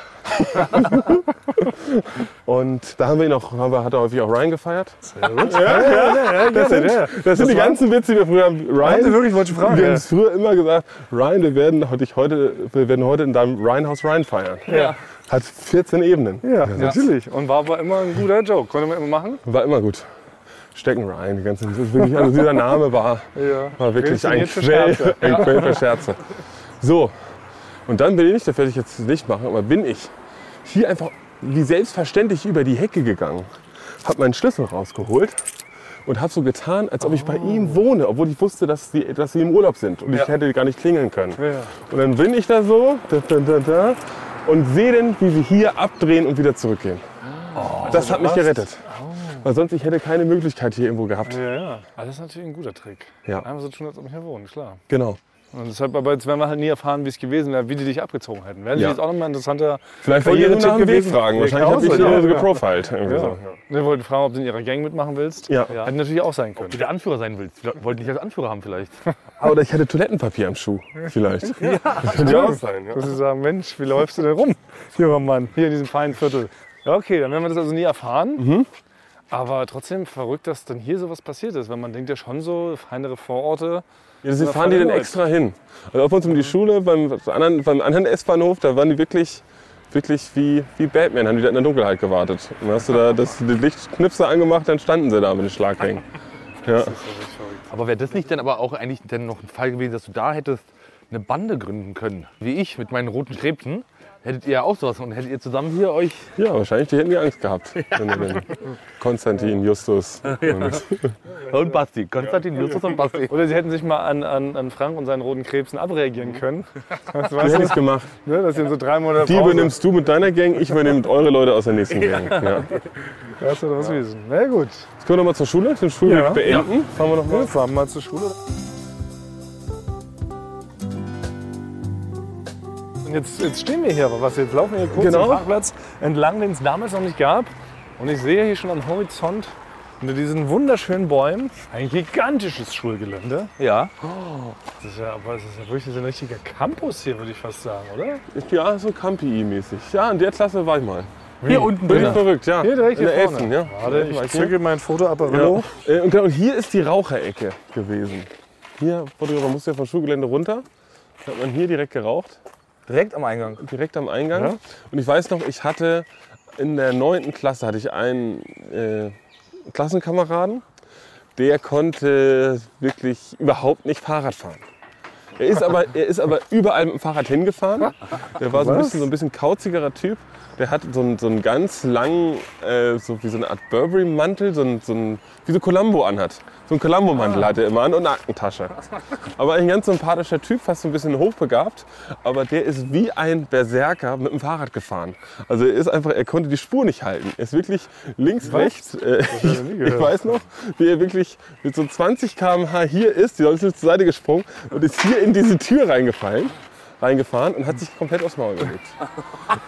S5: Und da haben wir ihn auch, haben wir, hat er häufig auch Ryan gefeiert.
S3: das
S5: sind, das sind die ganzen Witze, die wir früher haben. Ryan,
S3: Haben Sie wirklich, wollte ich fragen,
S5: wir
S3: ja.
S5: haben es früher immer gesagt, Ryan, wir werden heute- dich heute, wir werden heute in deinem Ryan-Haus Ryan feiern.
S3: Ja.
S5: Hat 14 Ebenen.
S3: Ja, natürlich. Und war aber immer ein guter Joke. Konnte man immer machen.
S5: War immer gut. Stecken Ryan, die ganzen, das ist wirklich, also dieser Name war,
S3: Ja.
S5: war wirklich ein
S3: Prädestiniert für
S5: Quell,
S3: Scherze.
S5: ein Quell für Scherze. So, und dann bin ich, das werde ich jetzt nicht machen, aber bin ich hier einfach wie selbstverständlich über die Hecke gegangen, habe meinen Schlüssel rausgeholt und habe so getan, als ob ich bei ihm wohne, obwohl ich wusste, dass, die, dass sie im Urlaub sind und ich hätte gar nicht klingeln können. Und dann bin ich da so da, da, da, da, und sehe dann, wie sie hier abdrehen und wieder zurückgehen. das hat mich gerettet. Weil sonst ich hätte keine Möglichkeit hier irgendwo gehabt.
S3: Ja, ja. Aber das ist natürlich ein guter Trick.
S5: Ja.
S3: Einfach so tun, als ob wir hier wohnen, klar.
S5: Genau.
S3: Und deshalb, aber jetzt werden wir halt nie erfahren, wie es gewesen wäre, wie die dich abgezogen hätten. Wäre
S5: Ja.
S3: natürlich jetzt auch nochmal ein interessanter
S5: Vielleicht war
S3: Karriere-
S5: ihr nur
S3: Tipp
S5: nach dem Weg
S3: gewesen.
S5: fragen.
S3: Ja,
S5: Wahrscheinlich
S3: genau
S5: habe ich
S3: so, ja.
S5: sie geprofiled. Irgendwie so.
S3: Wir wollten fragen, ob du in ihrer Gang mitmachen willst.
S5: Ja.
S3: Hätte natürlich auch sein
S4: Wie
S3: können.
S4: der Anführer sein willst. Wir wollten dich als Anführer haben vielleicht.
S5: Ah, Oder ich hatte Toilettenpapier am Schuh. Vielleicht. Ja. Das könnte ja auch sein. Ja.
S3: Dass sie sagen, Mensch, wie läufst du denn rum, junger Mann, hier in diesem feinen Viertel? Ja, okay, dann werden wir das also nie erfahren. Aber trotzdem verrückt, dass dann hier sowas passiert ist, weil man denkt ja schon so, feinere Vororte.
S5: Ja, deswegen fahren Mhm. die dann extra hin. Also auf uns um die Schule, beim beim anderen, beim anderen S-Bahnhof, da waren die wirklich wirklich wie, wie Batman, haben die da in der Dunkelheit gewartet. Und dann hast du da das, die Lichtknipse angemacht, dann standen sie da mit den Schlaghängen. Ja.
S4: Aber wäre das nicht dann aber auch eigentlich dann noch ein Fall gewesen, dass du da hättest eine Bande gründen können? Wie ich mit meinen roten Krebsen. Hättet ihr auch sowas und hättet ihr zusammen hier euch.
S5: ja, wahrscheinlich die hätten die Angst gehabt. Wenn du den Konstantin, Justus. Und
S4: Und Basti. Konstantin, Justus und Basti.
S3: Oder sie hätten sich mal an, an, an Frank und seinen roten Krebsen
S4: Mhm.
S3: abreagieren können. Das
S5: die
S3: weißt
S5: hätten es gemacht.
S3: du, ne? dass sie in so drei Monate
S5: Die
S3: Pause-
S5: übernimmst du mit deiner Gang, ich übernehme mit eure Leute aus der nächsten Gang. Ja.
S3: Das oder was gewesen. Na gut,
S5: Jetzt können wir nochmal zur Schule, den Schulweg
S3: Ja.
S5: beenden. Fahren wir nochmal.
S3: wir fahren mal zur Schule. Und jetzt, jetzt stehen wir hier, aber was jetzt laufen wir hier kurz
S5: Genau.
S3: den Parkplatz entlang, den es damals noch nicht gab. Und ich sehe hier schon am Horizont unter diesen wunderschönen Bäumen ein gigantisches Schulgelände.
S4: Ja.
S3: Das ist ja, aber das ist ja wirklich so ein richtiger Campus hier, würde ich fast sagen, oder?
S5: Ja, so Campi-mäßig. Ja, in der Klasse war ich mal.
S4: Hier unten
S5: Bin ich
S4: drin.
S5: verrückt, ja.
S3: Genau. Hier direkt
S5: in
S3: hier
S5: der
S3: vorne.
S5: 11. Ja.
S3: Warte,
S5: ich
S3: ich
S5: zücke
S3: zücke mein Fotoapparat.
S5: Ja. Äh, Und genau hier ist die Raucherecke gewesen. Hier, wurde- man musste ja vom Schulgelände runter. Da hat man hier direkt geraucht,
S4: Direkt am Eingang.
S5: direkt am Eingang. Und ich weiß noch, ich hatte in der 9. Klasse hatte ich einen äh, Klassenkameraden, der konnte wirklich überhaupt nicht Fahrrad fahren. Er ist aber, er ist aber überall mit dem Fahrrad hingefahren. Der war so ein, bisschen, so ein bisschen kauzigerer Typ. Der hat so einen, so einen ganz langen, äh, so wie so eine Art Burberry-Mantel, so einen, so einen, wie so Columbo anhat. So einen Columbo-Mantel hat er immer an und eine Aktentasche. Aber ein ganz sympathischer Typ, fast so ein bisschen hochbegabt. Aber der ist wie ein Berserker mit dem Fahrrad gefahren. Also er ist einfach, er konnte die Spur nicht halten. Er ist wirklich links, rechts. Äh, ich weiß noch, wie er wirklich mit so 20 km/h hier ist, die Leute sind zur Seite gesprungen und ist hier in diese Tür reingefallen reingefahren und hat sich komplett aufs Maul gelegt.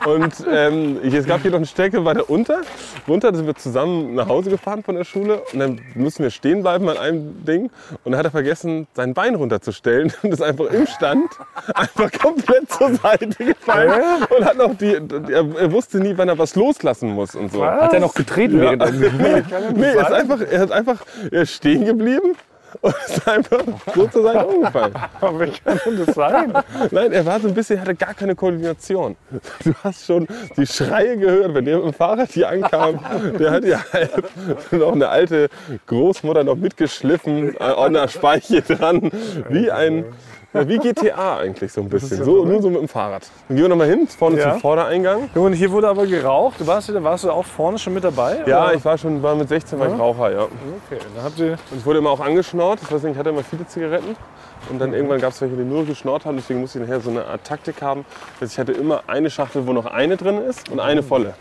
S5: Und ähm, ich- es gab hier noch eine Strecke weiter unter. Runter da sind wir zusammen nach Hause gefahren von der Schule und dann mussten wir stehen bleiben an einem Ding. Und dann hat er vergessen, sein Bein runterzustellen und ist einfach im Stand einfach komplett zur Seite gefallen. Und hat noch die, er, er wusste nie, wann er was loslassen muss und so. Also,
S4: Hat er noch getreten während er
S5: Nee, er, ist einfach, er, hat einfach, er ist stehen geblieben und ist einfach so zur Seite umgefallen.
S3: Aber wie kann denn das sein?
S5: Nein, er war so ein bisschen, hatte gar keine Koordination. Du hast schon die Schreie gehört, wenn der mit dem Fahrrad hier ankam. Der hat ja halb noch eine alte Großmutter noch mitgeschliffen, äh, an der Speiche dran. Wie ein, ja, wie GTA eigentlich so ein bisschen. So, nur so mit dem Fahrrad. Dann gehen wir nochmal hin, vorne
S3: Ja.
S5: zum Vordereingang.
S3: Und hier wurde aber geraucht. Du Warst du, warst du auch vorne schon mit dabei?
S5: Ja,
S3: oder?
S5: ich war schon, war mit 16 war ich Raucher, ja.
S3: Okay, dann habt ihr
S5: Und ich wurde immer auch angeschnort. Ich weiß nicht, ich hatte immer viele Zigaretten. Und dann irgendwann gab es welche, die nur geschnort haben. Deswegen musste ich nachher so eine Art Taktik haben, dass ich hatte immer eine Schachtel, wo noch eine drin ist und eine volle.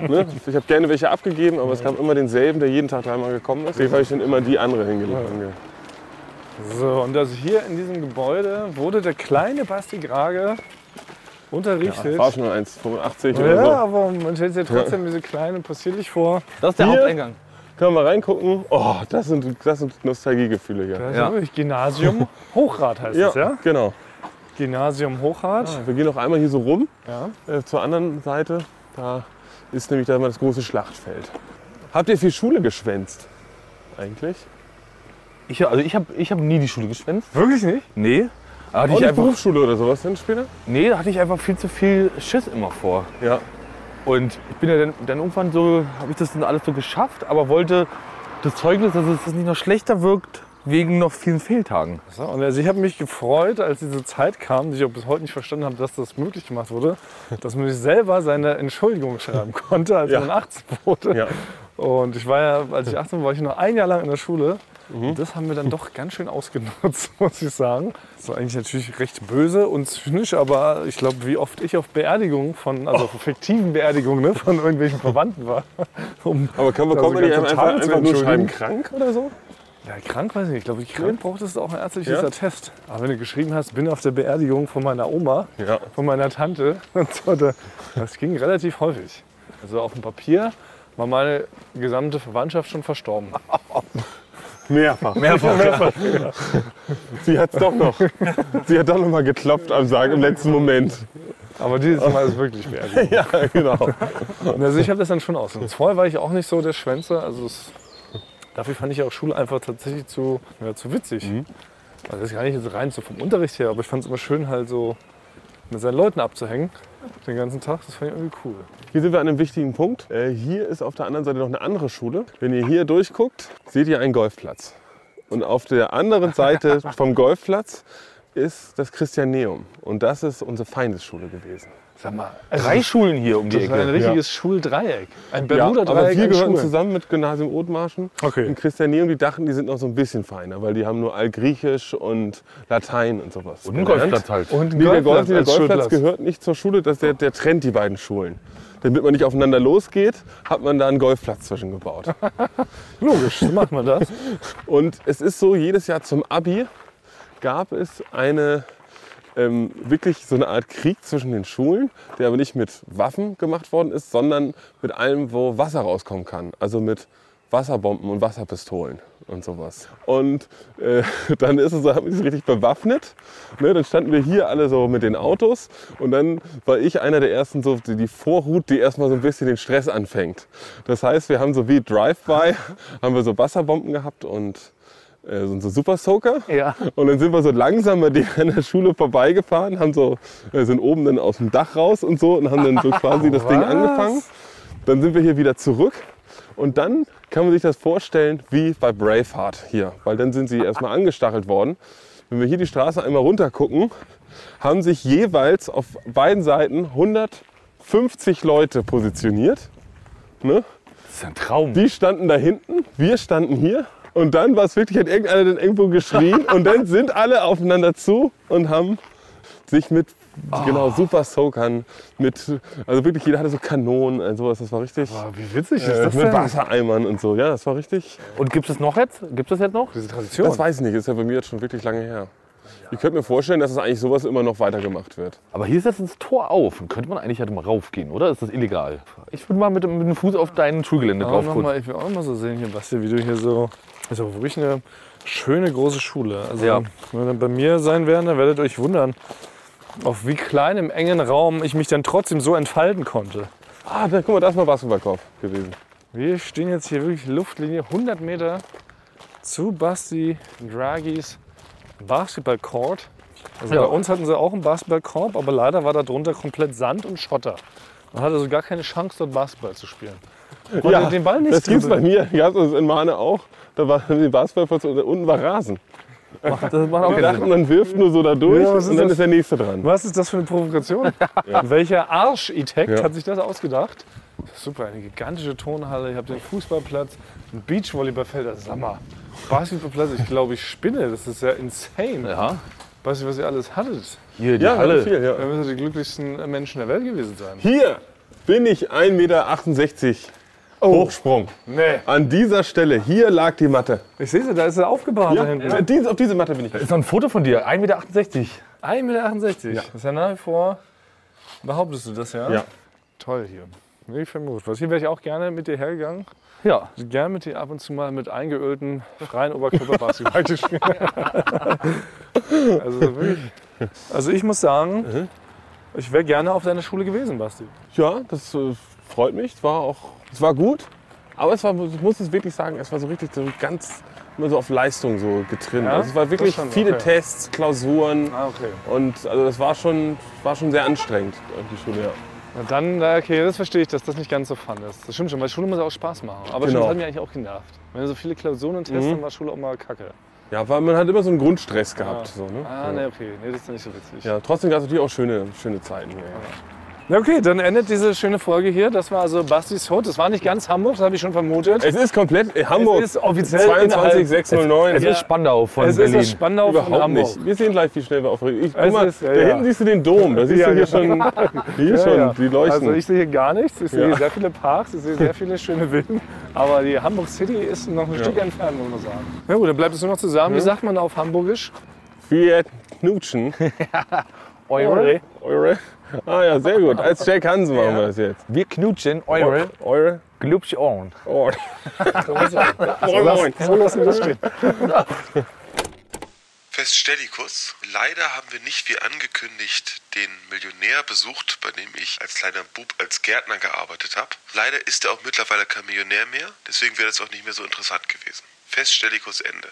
S5: ne? Ich habe gerne welche abgegeben, aber es gab immer denselben, der jeden Tag dreimal gekommen ist. Deswegen habe ich dann immer die andere hingelegt.
S3: So, und also hier in diesem Gebäude wurde der kleine Basti Grage unterrichtet.
S5: War schon
S3: Ja,
S5: 1,85 oder so.
S3: aber man stellt sich ja trotzdem diese kleine possierlich vor.
S4: Das ist der
S5: Hier?
S4: Haupteingang.
S5: Können wir mal reingucken? Oh, das sind, das sind Nostalgiegefühle hier.
S3: Das
S4: Ja.
S3: ist wirklich Gymnasium Hochrad heißt es, ja?
S5: genau.
S3: Gymnasium Hochrad.
S5: Wir gehen noch einmal hier so rum
S3: Ja.
S5: äh, zur anderen Seite. Da ist nämlich da immer das große Schlachtfeld. Habt ihr viel Schule geschwänzt? Eigentlich?
S4: Ich, also ich habe ich hab nie die Schule geschwänzt.
S3: Wirklich nicht?
S4: Nee. Da Hatte
S5: Auch
S4: ich
S5: nicht
S4: einfach,
S5: Berufsschule oder sowas dann später?
S4: nee, da hatte ich einfach viel zu viel Schiss immer vor.
S5: Ja.
S4: Und ich bin ja dann, dann irgendwann so, habe ich das dann alles so geschafft, aber wollte das Zeugnis, dass es das nicht noch schlechter wirkt, wegen noch vielen Fehltagen.
S3: So, und also ich habe mich gefreut, als diese Zeit kam, die ich auch bis heute nicht verstanden habe, dass das möglich gemacht wurde, dass man sich selber seine Entschuldigung schreiben konnte, als
S5: Ja.
S3: man 18 wurde.
S5: Ja.
S3: Und ich war ja, als ich 18 war, war ich nur ein Jahr lang in der Schule.
S5: Mhm.
S3: Und das haben wir dann doch ganz schön ausgenutzt, muss ich sagen. Das war eigentlich natürlich recht böse und zynisch, aber ich glaube, wie oft ich auf Beerdigungen von, also
S5: Oh.
S3: auf fiktiven Beerdigungen ne, von irgendwelchen Verwandten war. Um,
S5: Aber können wir
S3: Also
S5: kommen, wenn die
S3: ganz
S5: einfach,
S3: total zu
S5: einfach nur schreiben,
S3: entschuldigen.
S5: krank oder so?
S3: ja, krank weiß ich nicht. Ich glaube, krank brauchtest du auch ein ärztliches
S5: Ja?
S3: Attest. Aber wenn du geschrieben hast, bin auf der Beerdigung von meiner Oma,
S5: Ja.
S3: von meiner Tante und so, da- das ging relativ häufig. Also auf dem Papier war meine gesamte Verwandtschaft schon verstorben.
S5: Mehrfach.
S4: Mehrfach.
S5: Sie hat's doch noch. Sie hat doch noch mal geklopft am Sarg im letzten Moment.
S3: Aber dieses Mal ist wirklich Beerdigung.
S5: Ja, genau.
S3: Und Also ich habe das dann schon ausgenutzt. Vorher war ich auch nicht so der Schwänzer. Also es, dafür fand ich auch Schule einfach tatsächlich zu,
S5: Mhm.
S3: ja, zu witzig. Also das ist gar nicht jetzt rein so vom Unterricht her, aber ich fand es immer schön, halt so mit seinen Leuten abzuhängen den ganzen Tag. Das fand ich irgendwie cool.
S5: Hier sind wir an einem wichtigen Punkt. Äh, hier ist auf der anderen Seite noch eine andere Schule. Wenn ihr hier durchguckt, seht ihr einen Golfplatz. Und auf der anderen Seite vom Golfplatz ist das Christianeum. Und das ist unsere Feindesschule gewesen.
S3: Sag mal,
S4: Drei Schulen hier um die
S3: das ist ein
S4: Ecke.
S3: richtiges Schuldreieck. Ein
S5: aber
S3: Bermuda-Dreieck
S5: wir
S3: an
S5: gehörten
S3: Schulen.
S5: zusammen mit Gymnasium Othmarschen
S3: Okay.
S5: im Christianeum. Die dachten, die sind noch so ein bisschen feiner, weil die haben nur Altgriechisch und Latein und sowas.
S4: Und ein Golfplatz halt.
S3: Und ein
S5: Nee, der Golf,
S3: Golfplatz
S5: der
S3: als
S5: Golfplatz
S3: Schulplatz.
S5: gehört nicht zur Schule, das, der, der trennt die beiden Schulen. Damit man nicht aufeinander losgeht, hat man da einen Golfplatz zwischengebaut.
S3: Logisch, so macht man das.
S5: Und es ist so, jedes Jahr zum Abi gab es eine ähm, wirklich so eine Art Krieg zwischen den Schulen, der aber nicht mit Waffen gemacht worden ist, sondern mit allem, wo Wasser rauskommen kann. Also mit Wasserbomben und Wasserpistolen und sowas. Und äh, dann ist es, so, haben die sich richtig bewaffnet. Ne, dann standen wir hier alle so mit den Autos und dann war ich einer der ersten, so die, die Vorhut, die erstmal so ein bisschen den Stress anfängt. Das heißt, wir haben so wie Drive-By, haben wir so Wasserbomben gehabt und äh, so so Super Soaker.
S3: Ja.
S5: Und dann sind wir so langsam bei denen an der Schule vorbeigefahren, haben so, äh, sind oben dann aus dem Dach raus und so und haben dann so quasi das Ding angefangen. Dann sind wir hier wieder zurück. Und dann kann man sich das vorstellen wie bei Braveheart hier, weil dann sind sie erstmal angestachelt worden. Wenn wir hier die Straße einmal runter gucken, haben sich jeweils auf beiden Seiten 150 Leute positioniert. Ne?
S4: Das ist ein Traum.
S5: Die standen da hinten, wir standen hier. Und dann war es wirklich, hat irgendeiner dann irgendwo geschrien. und dann sind alle aufeinander zu und haben sich mit
S3: Ah.
S5: genau Super Soakern, mit, also wirklich, jeder hatte so Kanonen und sowas. Das war richtig.
S3: Ah, wie witzig ist
S5: äh,
S3: das
S5: mit
S3: denn?
S5: Wassereimern und so, ja, das war richtig.
S4: Und gibt es noch jetzt? Gibt es jetzt noch?
S3: Diese Tradition.
S5: Das weiß ich nicht, ist ja bei mir jetzt schon wirklich lange her. Ich könnte mir vorstellen, dass es eigentlich sowas immer noch weitergemacht wird.
S4: Aber hier ist jetzt das Tor auf. Und könnte man eigentlich halt mal raufgehen, oder? Ist das illegal? Ich würde mal mit, mit dem Fuß auf dein Schulgelände
S3: auch noch
S4: draufgucken.
S3: mal, ich will auch noch mal so sehen hier, Basti, wie du hier so. Also wirklich eine schöne große Schule. Also
S4: Ja.
S3: wenn ihr dann bei mir sein werden, dann werdet ihr euch wundern, auf wie kleinem engen Raum ich mich dann trotzdem so entfalten konnte.
S5: Ah, da, guck mal, da ist mal Basketballkorb gewesen.
S3: Wir stehen jetzt hier wirklich Luftlinie 100 Meter zu Basti Draghis Basketballcourt. Also
S4: Ja.
S3: bei uns hatten sie auch einen Basketballkorb, aber leider war da drunter komplett Sand und Schotter. Man hatte so gar keine Chance, dort Basketball zu spielen. Konnte den Ball nicht
S5: das gibt's bei
S3: dribbeln.
S5: mir, gab es in Mahne auch. Da war die Basketballplatz und unten war Rasen.
S4: Das macht auch
S5: Wir
S4: keinen Sinn.
S5: dachten, man wirft nur so da durch
S3: Ja, was ist
S5: und dann
S3: das?
S5: ist der nächste dran.
S3: Was ist das für eine Provokation? Welcher Arschitekt
S5: Ja.
S3: hat sich das ausgedacht? Super, eine gigantische Turnhalle. Ich habe den Fußballplatz, ein Beachvolleyballfeld. Also sag mal, Basketballplatz, ich glaube, ich spinne. Das ist ja insane.
S4: Ja.
S3: Weißt du, was ihr alles hattet?
S4: Hier, die
S5: Ja, ganz
S4: Halle.
S5: viel, ja.
S3: Da müssen die glücklichsten Menschen der Welt gewesen sein.
S5: Hier bin ich 1,68 Meter. Hochsprung.
S3: Nee.
S5: An dieser Stelle, hier lag die Matte.
S3: Ich sehe sie, da ist er aufgebahrt da hinten.
S5: Ja, dies- Auf diese Matte bin ich.
S4: Ist noch ein Foto von dir. 1,68 Meter.
S3: 1,68 Meter. Das ist ja nach wie vor. Behauptest du das ja?
S5: Ja.
S3: Toll hier. Nee, Ich finde gut. Was hier wäre ich auch gerne mit dir hergegangen.
S4: Ja.
S3: Gern mit dir ab und zu mal mit eingeölten, freien Oberkörper Basketball gespielt. also, wirklich. also ich muss sagen, ich wäre gerne auf deiner Schule gewesen, Basti.
S5: Ja, das äh, freut mich. War auch, es war gut. Aber es war, ich muss es wirklich sagen, es war so richtig so ganz immer so auf Leistung so getrimmt.
S3: Ja?
S5: Also es war wirklich
S3: Das schon,
S5: viele
S3: okay.
S5: Tests, Klausuren
S3: Ah, okay.
S5: und also das war schon, war schon sehr anstrengend die Schule. Ja.
S3: Na dann, na, okay, das verstehe ich, dass das nicht ganz so fun ist. Das stimmt schon, weil Schule muss auch Spaß machen. Aber
S5: Genau.
S3: das hat mir eigentlich auch genervt. Wenn du so viele Klausuren und Tests, dann war Schule auch mal kacke.
S5: ja, weil man hat immer so einen Grundstress gehabt. So, ne?
S3: Ah, ne, okay, nee, das ist nicht so witzig.
S5: Ja, trotzdem gab es natürlich auch schöne, schöne Zeiten. hier, Ja.
S3: Na okay, dann endet diese schöne Folge hier. Das war also Bastis Hut. Das war nicht ganz Hamburg, das habe ich schon vermutet.
S5: Es ist komplett äh, Hamburg.
S3: Es ist halt offiziell
S5: 22609.
S4: Es ist Spandau von
S3: Es ist
S4: Berlin.
S3: das Spandau von
S5: Überhaupt
S3: Hamburg.
S5: nicht. Wir sehen gleich, wie schnell wir aufregen.
S3: Es
S5: Ich, guck mal,
S3: ist- ja,
S5: da
S3: ja.
S5: hinten siehst du den Dom. Da siehst
S3: Ja,
S5: du hier
S3: genau.
S5: schon, hier schon
S3: Ja, ja.
S5: die Leuchten.
S3: Also ich sehe hier gar nichts. Ich sehe hier
S5: Ja.
S3: sehr viele Parks, ich sehe sehr viele schöne Villen. Aber die Hamburg City ist noch ein Stück entfernt, muss man sagen. Na gut, dann bleibt es nur noch zusammen.
S5: Hm?
S3: Wie sagt man auf Hamburgisch?
S5: wir knutschen.
S4: Eure.
S5: Eure. Ah ja, sehr gut. Als Jack Hansen machen wir das jetzt.
S4: Wir knutschen eure.
S5: Eure.
S4: Glubsch on.
S5: Ohr. Moin, moin.
S3: So lassen wir das stehen.
S1: Feststellikus, leider haben wir nicht wie angekündigt den Millionär besucht, bei dem ich als kleiner Bub als Gärtner gearbeitet habe. Leider ist er auch mittlerweile kein Millionär mehr, deswegen wäre das auch nicht mehr so interessant gewesen. Feststellikus Ende.